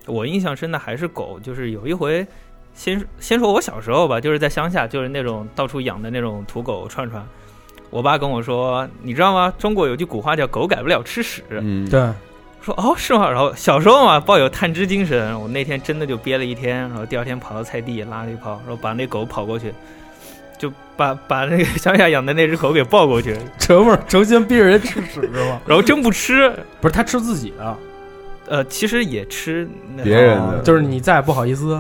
我印象深的还是狗，就是有一回。先先说我小时候吧，就是在乡下，就是那种到处养的那种土狗串串。我爸跟我说，你知道吗？中国有句古话叫“狗改不了吃屎”，
嗯，
对，
说哦是吗？然后小时候嘛，抱有探知精神，我那天真的就憋了一天，然后第二天跑到菜地拉了一泡，然后把那狗跑过去，就把把那个乡下养的那只狗给抱过去，
成味儿成心逼着人吃屎是吗？
然后真不吃，
不是他吃自己的，
呃，其实也吃那
别人
啊
的
就是你再也不好意思，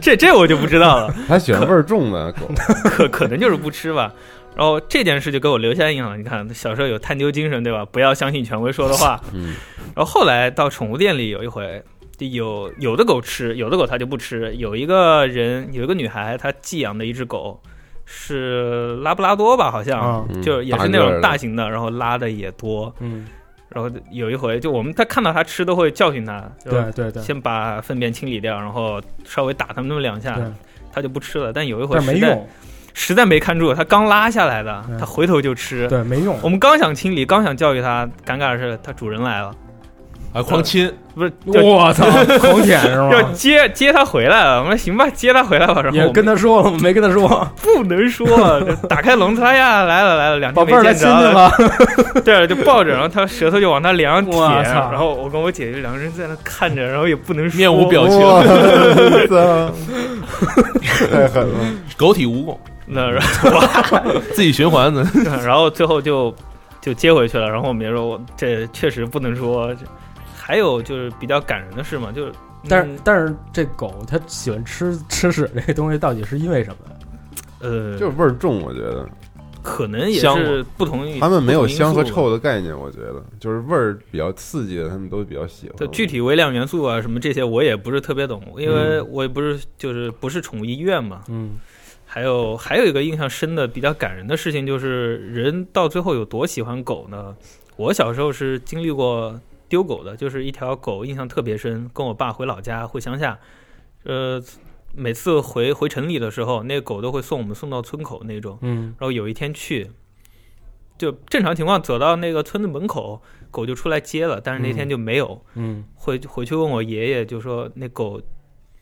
这这我就不知道了，
它喜 欢味儿重的狗，
可可能就是不吃吧。然后这件事就给我留下印象了。你看，小时候有探究精神，对吧？不要相信权威说的话。
嗯。
然后后来到宠物店里有一回，就有有的狗吃，有的狗它就不吃。有一个人，有一个女孩，她寄养的一只狗是拉布拉多吧，好像、
啊
嗯
就是也是那
大个儿
种
的
大型的，然后拉的也多。
嗯，
然后有一回，就我们他看到它吃都会教训它，就
对对对，
先把粪便清理掉，然后稍微打它们那么两下
对，
它就不吃了。但有一回
但是
实
没
在
用，
实在没看住，它刚拉下来的
嗯，
它回头就吃。
对没用，
我们刚想清理，刚想教育它，尴尬的是它主人来了，
还 狂亲，
不是要
我操，狂舔是
要
吗？
接接它回来了。我说行吧，接它回来吧。然后
啊也
我
跟
们
他说了，没跟他 说，
不能说，就打开笼子，哎呀来了来了， 两
宝
天
贝儿
没
来
见
亲
着啊
亲了，
对，就抱着，然后它舌头就往它脸上舔，
我操
然后我跟我姐姐两个人在那看着，然后也不能说
面无表情，
哇啊太狠了！
狗体蜈蚣，
那然后。
自己循环的。
嗯然后最后就就接回去了。然后我们也说，我这确实不能说。这还有就是比较感人的事嘛，就是
但是但是这狗它喜欢吃吃屎这个东西，到底是因为什么？
呃，
就是味儿重，我觉得
可能也
香
是不同于
他们没有香和。
不同因素吧
臭的概念，我觉得就是味儿比较刺激的，他们都比较喜
对
欢。
具体微量元素啊什么这些我也不是特别懂，因为我也不是就是不是宠物医院嘛。
嗯，
还有还有一个印象深的比较感人的事情就是人到最后有多喜欢狗呢？我小时候是经历过丢狗的，就是一条狗印象特别深，跟我爸回老家回乡下，呃，每次回回城里的时候，那狗都会送我们送到村口那种。
嗯，
然后有一天去，就正常情况走到那个村子门口，狗就出来接了，但是那天就没有。
嗯，
回回去问我爷爷，就说那狗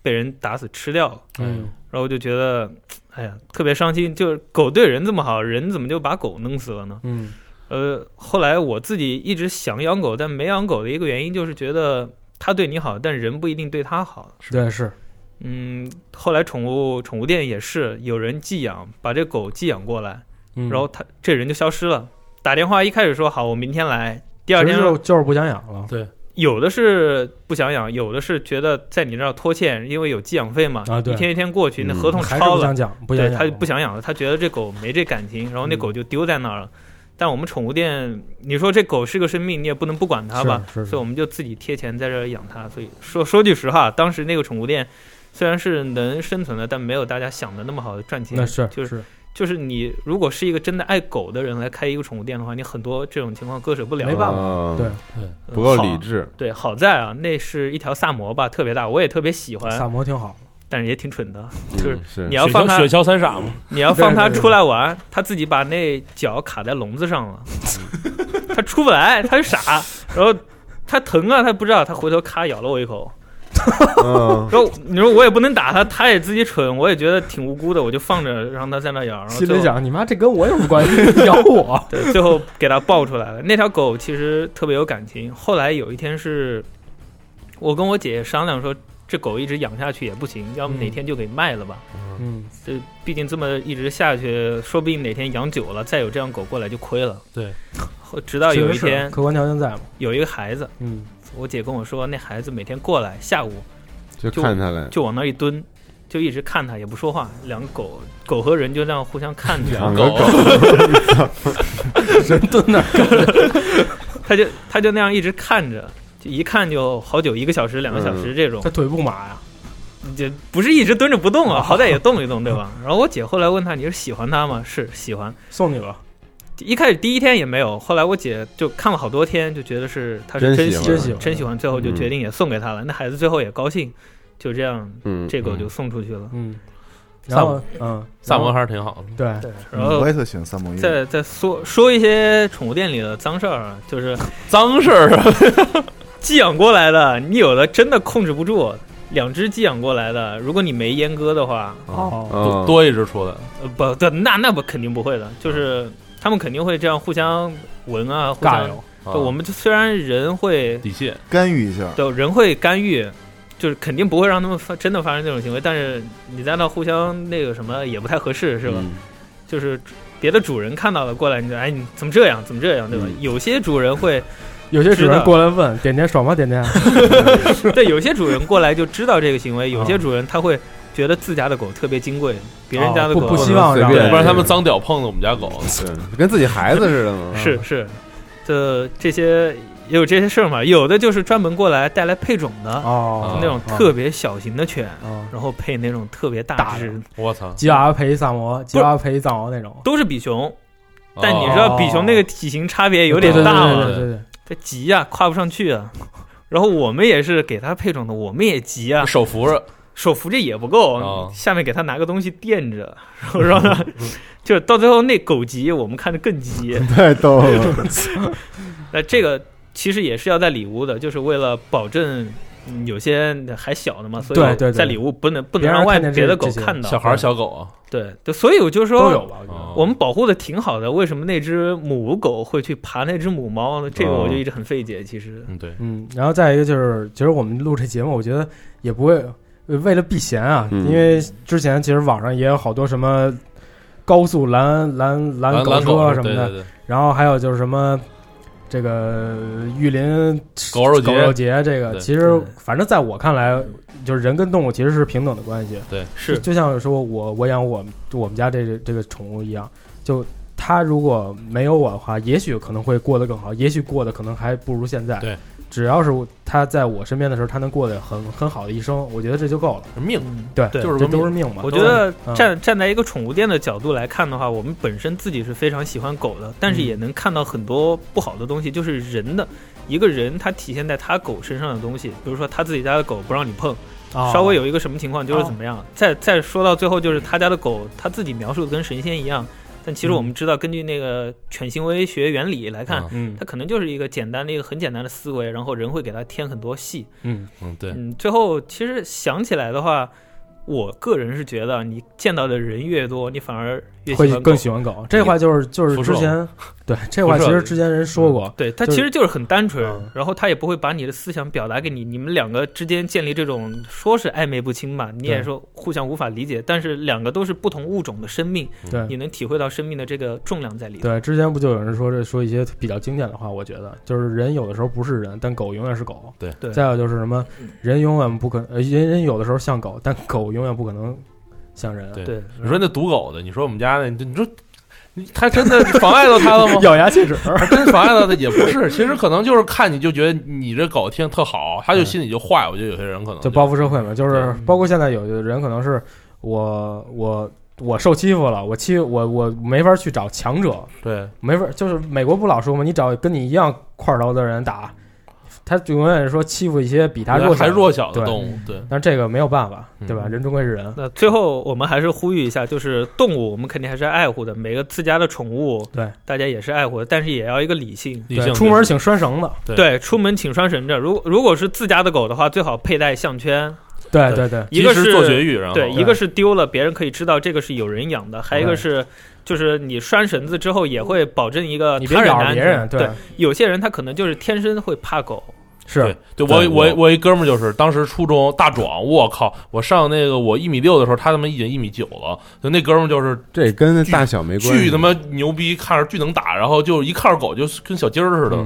被人打死吃掉了。
嗯，
然后我就觉得，哎呀，特别伤心。就是狗对人这么好，人怎么就把狗弄死了呢？
嗯，
呃，后来我自己一直想养狗，但没养狗的一个原因就是觉得它对你好，但人不一定对它好。
对是，
嗯，后来宠物宠物店也是有人寄养，把这狗寄养过来，
嗯
然后他这人就消失了。打电话一开始说好，我明天来。第二
其
天
实就就是不想养了，
有的是不想养，有的是觉得在你这儿拖欠，因为有寄养费嘛，
啊对
一天一天过去，那
嗯
合同
还是
超
不
了，
想养，不想
对
养
他
了，
就不想养了，他觉得这狗没这感情，然后那
嗯
狗就丢在那儿了。但我们宠物店，你说这狗是个生命，你也不能不管它吧，
是是是
所以我们就自己贴钱在这儿养它。所以说说句实话，当时那个宠物店虽然是能生存的，但没有大家想的那么好的赚钱。
那是
就是
是
就是你如果是一个真的爱狗的人来开一个宠物店的话，你很多这种情况割舍不了。
没办法
啊
对
嗯
不够
好
理智。
对，好在啊，那是一条萨摩吧，特别大，我也特别喜
萨
欢，
摩挺好，
但是也挺蠢的。就是
嗯是
你要放它，嗯
雪橇三傻嘛，
你要放它
对对对
出来玩，它自己把那脚卡在笼子 上了，它出不来，它就傻，然后它疼啊，它不知道，它回头咔咬了我一口，
嗯，
然后你说我也不能打它，它也自己蠢，我也觉得挺无辜的，我就放着让它在那咬，然后
心
最后
里想你妈这跟我有什么 关系？咬我，
对，最后给它抱出来了。那条狗其实特别有感情。后来有一天是，我跟我姐姐商量说，这狗一直养下去也不行，要么哪天就给卖了吧。
嗯，
这毕竟这么一直下去，说不定哪天养久了，再有这样狗过来就亏了。
对，
直到有一
确实是啊
天，
客观条件 在嘛，
有一个孩子，
嗯，
我姐跟我说，那孩子每天过来下午
就看他来
就往那儿一蹲。就一直看他，也不说话。两个狗狗和人就这样互相看着，
两个嗯狗人蹲 那儿
儿，他就他就那样一直看着，就一看就好久，一个小时、两个小时这种。
嗯他腿不麻呀？
这不是一直蹲着不动
哦
啊，好歹也动一动， 对吧？然后我姐后来问他：“你是喜欢他吗？”是喜欢，
送你吧。
一开始第一天也没有，后来我姐就看了好多天，就觉得是他是
真
真
喜欢
欢，
真
真
喜欢
喜欢，最后就决定也送给他了。那孩子最后也高兴，就这样，
嗯
这狗就送出去了。
嗯，
然后嗯萨摩还是挺好的
对，
对，
嗯
然后
我也特喜欢萨摩耶
再再说说一些宠物店里的脏事儿啊，就是
脏事儿
啊，寄养过来的，你有的真的控制不住。两只寄养过来的，如果你没阉割的话，
哦
嗯
多 多一只出来，
呃，不，对，那那不肯定不会的，就是他们肯定会这样互相闻啊，互
尬
相
聊。
对，
啊
我们就虽然人会
底线
干预一下，
对，人会干预，就是肯定不会让他们发真的发生这种行为，但是你在那互相那个什么也不太合适，是
嗯
吧？
嗯
就是别的主人看到了过来，你就哎你怎么这样，怎么这样，对吧？
嗯
有些主人会
有些主
知
人
道
过来问点点爽吗？点点，
对，有些主人过来就知道这个行为，有些主人他会觉得自家的狗特别金贵，别人家的
啊
狗、
哦不不希望让
对
不然他们脏屌碰了我们家狗，
跟自己孩子似的嘛
是
嗯
是，这这些也有这些事儿嘛，有的就是专门过来带来配种的
哦
那种
哦
特别小型的犬，
哦
然后配那种特别大
大
只，
我操
吉娃娃陪萨摩，吉娃娃陪藏獒那种，
都是比熊，
哦
但
哦
你知道比熊那个体型差别有点
对对对
大
对对对
嘛，它急呀，跨不上去啊。然后我们也是给它配种的，我们也急啊，
哦手扶着，
手扶着也不够，
哦
下面给它拿个东西垫着，然后让 它，就到最后那狗急，我们看着更急，
太逗了。
那这个其实也是要带礼物的，就是为了保证。嗯有些还小的嘛，所以
对对对
在礼物不能不
别
能
让
让外
看见这
别的狗
这些
看到，
小孩儿小狗啊哦
对，就所以我就说
都有吧我觉得
嗯我们保护的挺好的，为什么那只母狗会去爬那只母猫呢？这个我
哦
就一直很费解。其实，
嗯，对，
嗯，然后再一个就是，其实我们录这节目，我觉得也不会呃为了避嫌啊，
嗯
因为之前其实网上也有好多什么高速拦拦
拦
拦狗
拦狗
车啊
是
什么
对
的，
对对
然后还有就是什么这个玉林
狗肉节
狗肉节这个，
对
其实反正在我看来，就是人跟动物其实是平等的关系，
对
是
就就像说我我养我就我们家这这个宠物一样，就。它如果没有我的话，也许可能会过得更好，也许过得可能还不如现在。
对，
只要是它在我身边的时候，它能过得很很好的一生，我觉得这就够了。
命，
对，
对
这都是命嘛。
嗯我觉得
嗯
站站在一个宠物店的角度来看的话，我们本身自己是非常喜欢狗的，但
嗯
是也能看到很多不好的东西，就是人的一个人他体现在他狗身上的东西，比如说他自己家的狗不让你碰，
哦
稍微有一个什么情况就是怎么样。再再说到最后，就是他家的狗他自己描述的跟神仙一样。但其实我们知道，根据那个犬行为学原理来看，
嗯
它可能就是一个简单的一个很简单的思维，然后人会给它添很多戏，
嗯
嗯，对，
嗯，最后其实想起来的话，我个人是觉得你见到的人越多，你反而越喜
会
欢狗
更喜欢狗。这话就是就是之前对这话其实之前
嗯
人说过，
对它
就
其
是嗯
实就是很单纯，然后它也不会把你的思想表达给你，你们两个之间建立这种说是暧昧不清嘛，你也
对
说互相无法理解，但是两个都是不同物种的生命，
对
你能体会到生命的这个重量在里头。
对之前不就有人说这说一些比较经典的话，我觉得就是人有的时候不是人，但狗永远是狗。
对
对
再有就是什么人永远不可呃人人有的时候像狗，但狗永远不可能像人。
对，你说那赌狗的，你说我们家那，你说你他真的妨碍到他 了吗
哦？咬牙切齿，
他真妨碍到他也不是，其实可能就是看你就觉得你这狗听特好，他就心里就坏。我觉得有些人可能
嗯就报复社会嘛，就是
嗯
包括现在有的人可能是我我我受欺负了，我欺我我没法去找强者，
对，
没法就是美国不老说嘛，你找跟你一样块头的人打，他就永远说欺负一些比他弱小
还弱小的动物，
对
对，
但这个没有办法，对吧？
嗯
人终归是人，
那最后我们还是呼吁一下，就是动物我们肯定还是爱护的，每个自家的宠物，
对
大家也是爱护的，但是也要一个理性。
对出门请拴绳子，
对，出门请拴绳子。如如果是自家的狗的话，最好佩戴项圈。
对对对
一个
及
是
时做绝育然后哎
对，
对
一个是丢了，别人可以知道这个是有人养的；，还有一个是，就是你拴绳子之后也会保证一个
你别
呃他人的
咬着
安
别
全
人对
对，有些人他可能就是天生会怕狗，
是
对，
对
对我我
我
我一哥们儿就是当时初中大壮，我靠，我上那个我一米六的时候，他他妈已经一米九了，就那哥们儿就是
这跟大小没关系
巨他妈牛逼，看着巨能打，然后就一看着狗就跟小鸡儿似的。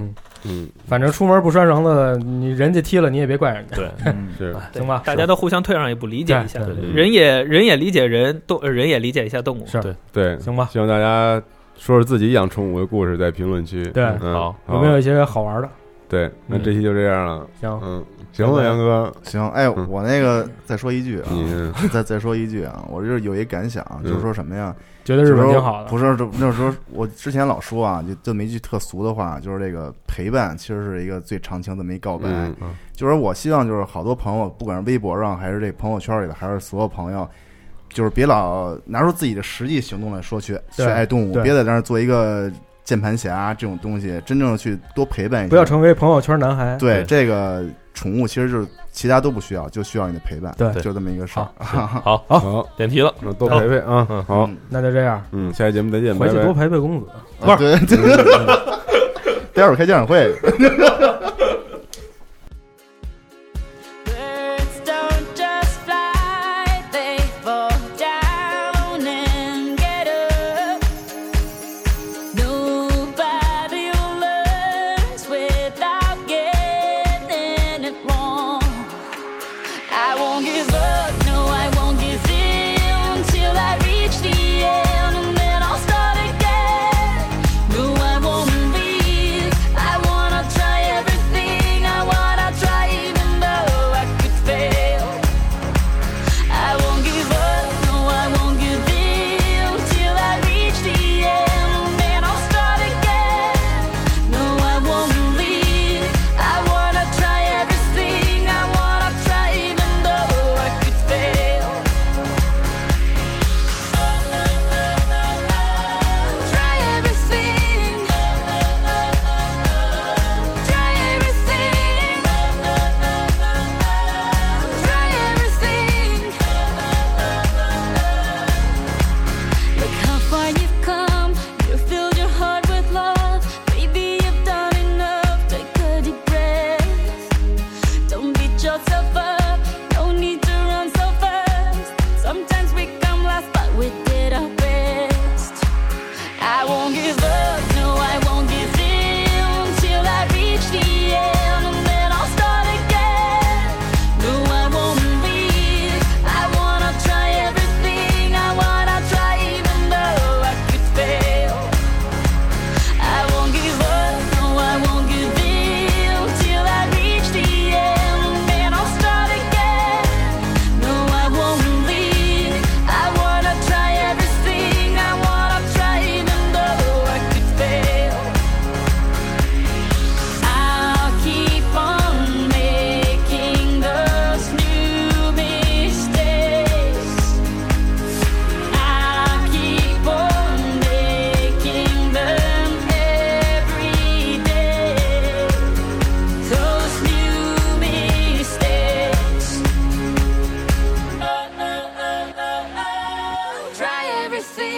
嗯，
反正出门不拴绳子，你人家踢了你也别怪人家。
对，嗯
是
行吧，
大家都互相退让一步，理解一下
对对对，
人也人也理解人，动呃人也理解一下动物。
是
对
对，
行吧，
希望大家说说自己养宠物的故事，在评论区。
对
嗯，
好
有没有一些好玩的？
对，那这期就这样了。
行
嗯，行了，杨哥，
行，哎，
嗯
我那个再说一句啊
嗯，
再再说一句啊，我就是有一感想，啊
嗯
就是说什么呀？
觉得日本挺好的
不是，这那时候我之前老说啊，就这么一句特俗的话，就是这个陪伴其实是一个最长情这么一告白。
嗯嗯
就是我希望就是好多朋友，不管是微博上还是这朋友圈里的，还是所有朋友。就是别老拿出自己的实际行动来说去去
对
爱动物，
对
别在那儿做一个键盘侠啊这种东西，真正地去多陪伴一下。
不要成为朋友圈男孩。
对，这个宠物其实就是其他都不需要，就需要你的陪伴，
对
就这么一个事儿。
好，
好，
点题了，
那多陪陪啊。好，
那就这样，
嗯，下期节目再见，
回
拜
去
拜
多。陪陪公子。
啊对， 待会儿开家长会。
Birds don't just fly, they fall down and get up. Nobody learns without getting it wrong. I won't give up, no, I won't give in till I reach the end, and then I'll start again. No, I won't leave. I wanna try everything. I wanna try even though I could fail. I won't give up. No, I won't give in till I reach the end, and then I'll start again. No, I won't leave. I wanna try everything. I wanna try even though I could fail. Try everything. Try everything. Try everything. Look how far you've come. You filled your heart with love. Maybe you've done enough. Take a deep breath. Don't beat yourself up. No need to run so fast. Sometimes we come last, but we did our best. I won't give up. No, I won't give in till I reach the end, and then I'll start again. No, I won't leave. I wanna try everything. I wanna try even though I could fail. I won't give up. No, I won't give in till I reach the end, and then I'll start again. No, I won't leave. I wanna try everything. I wanna try even though I could fail. I'll keep on making those new mistakes. I'll keep on making them every day. Those new mistakes. Try everything.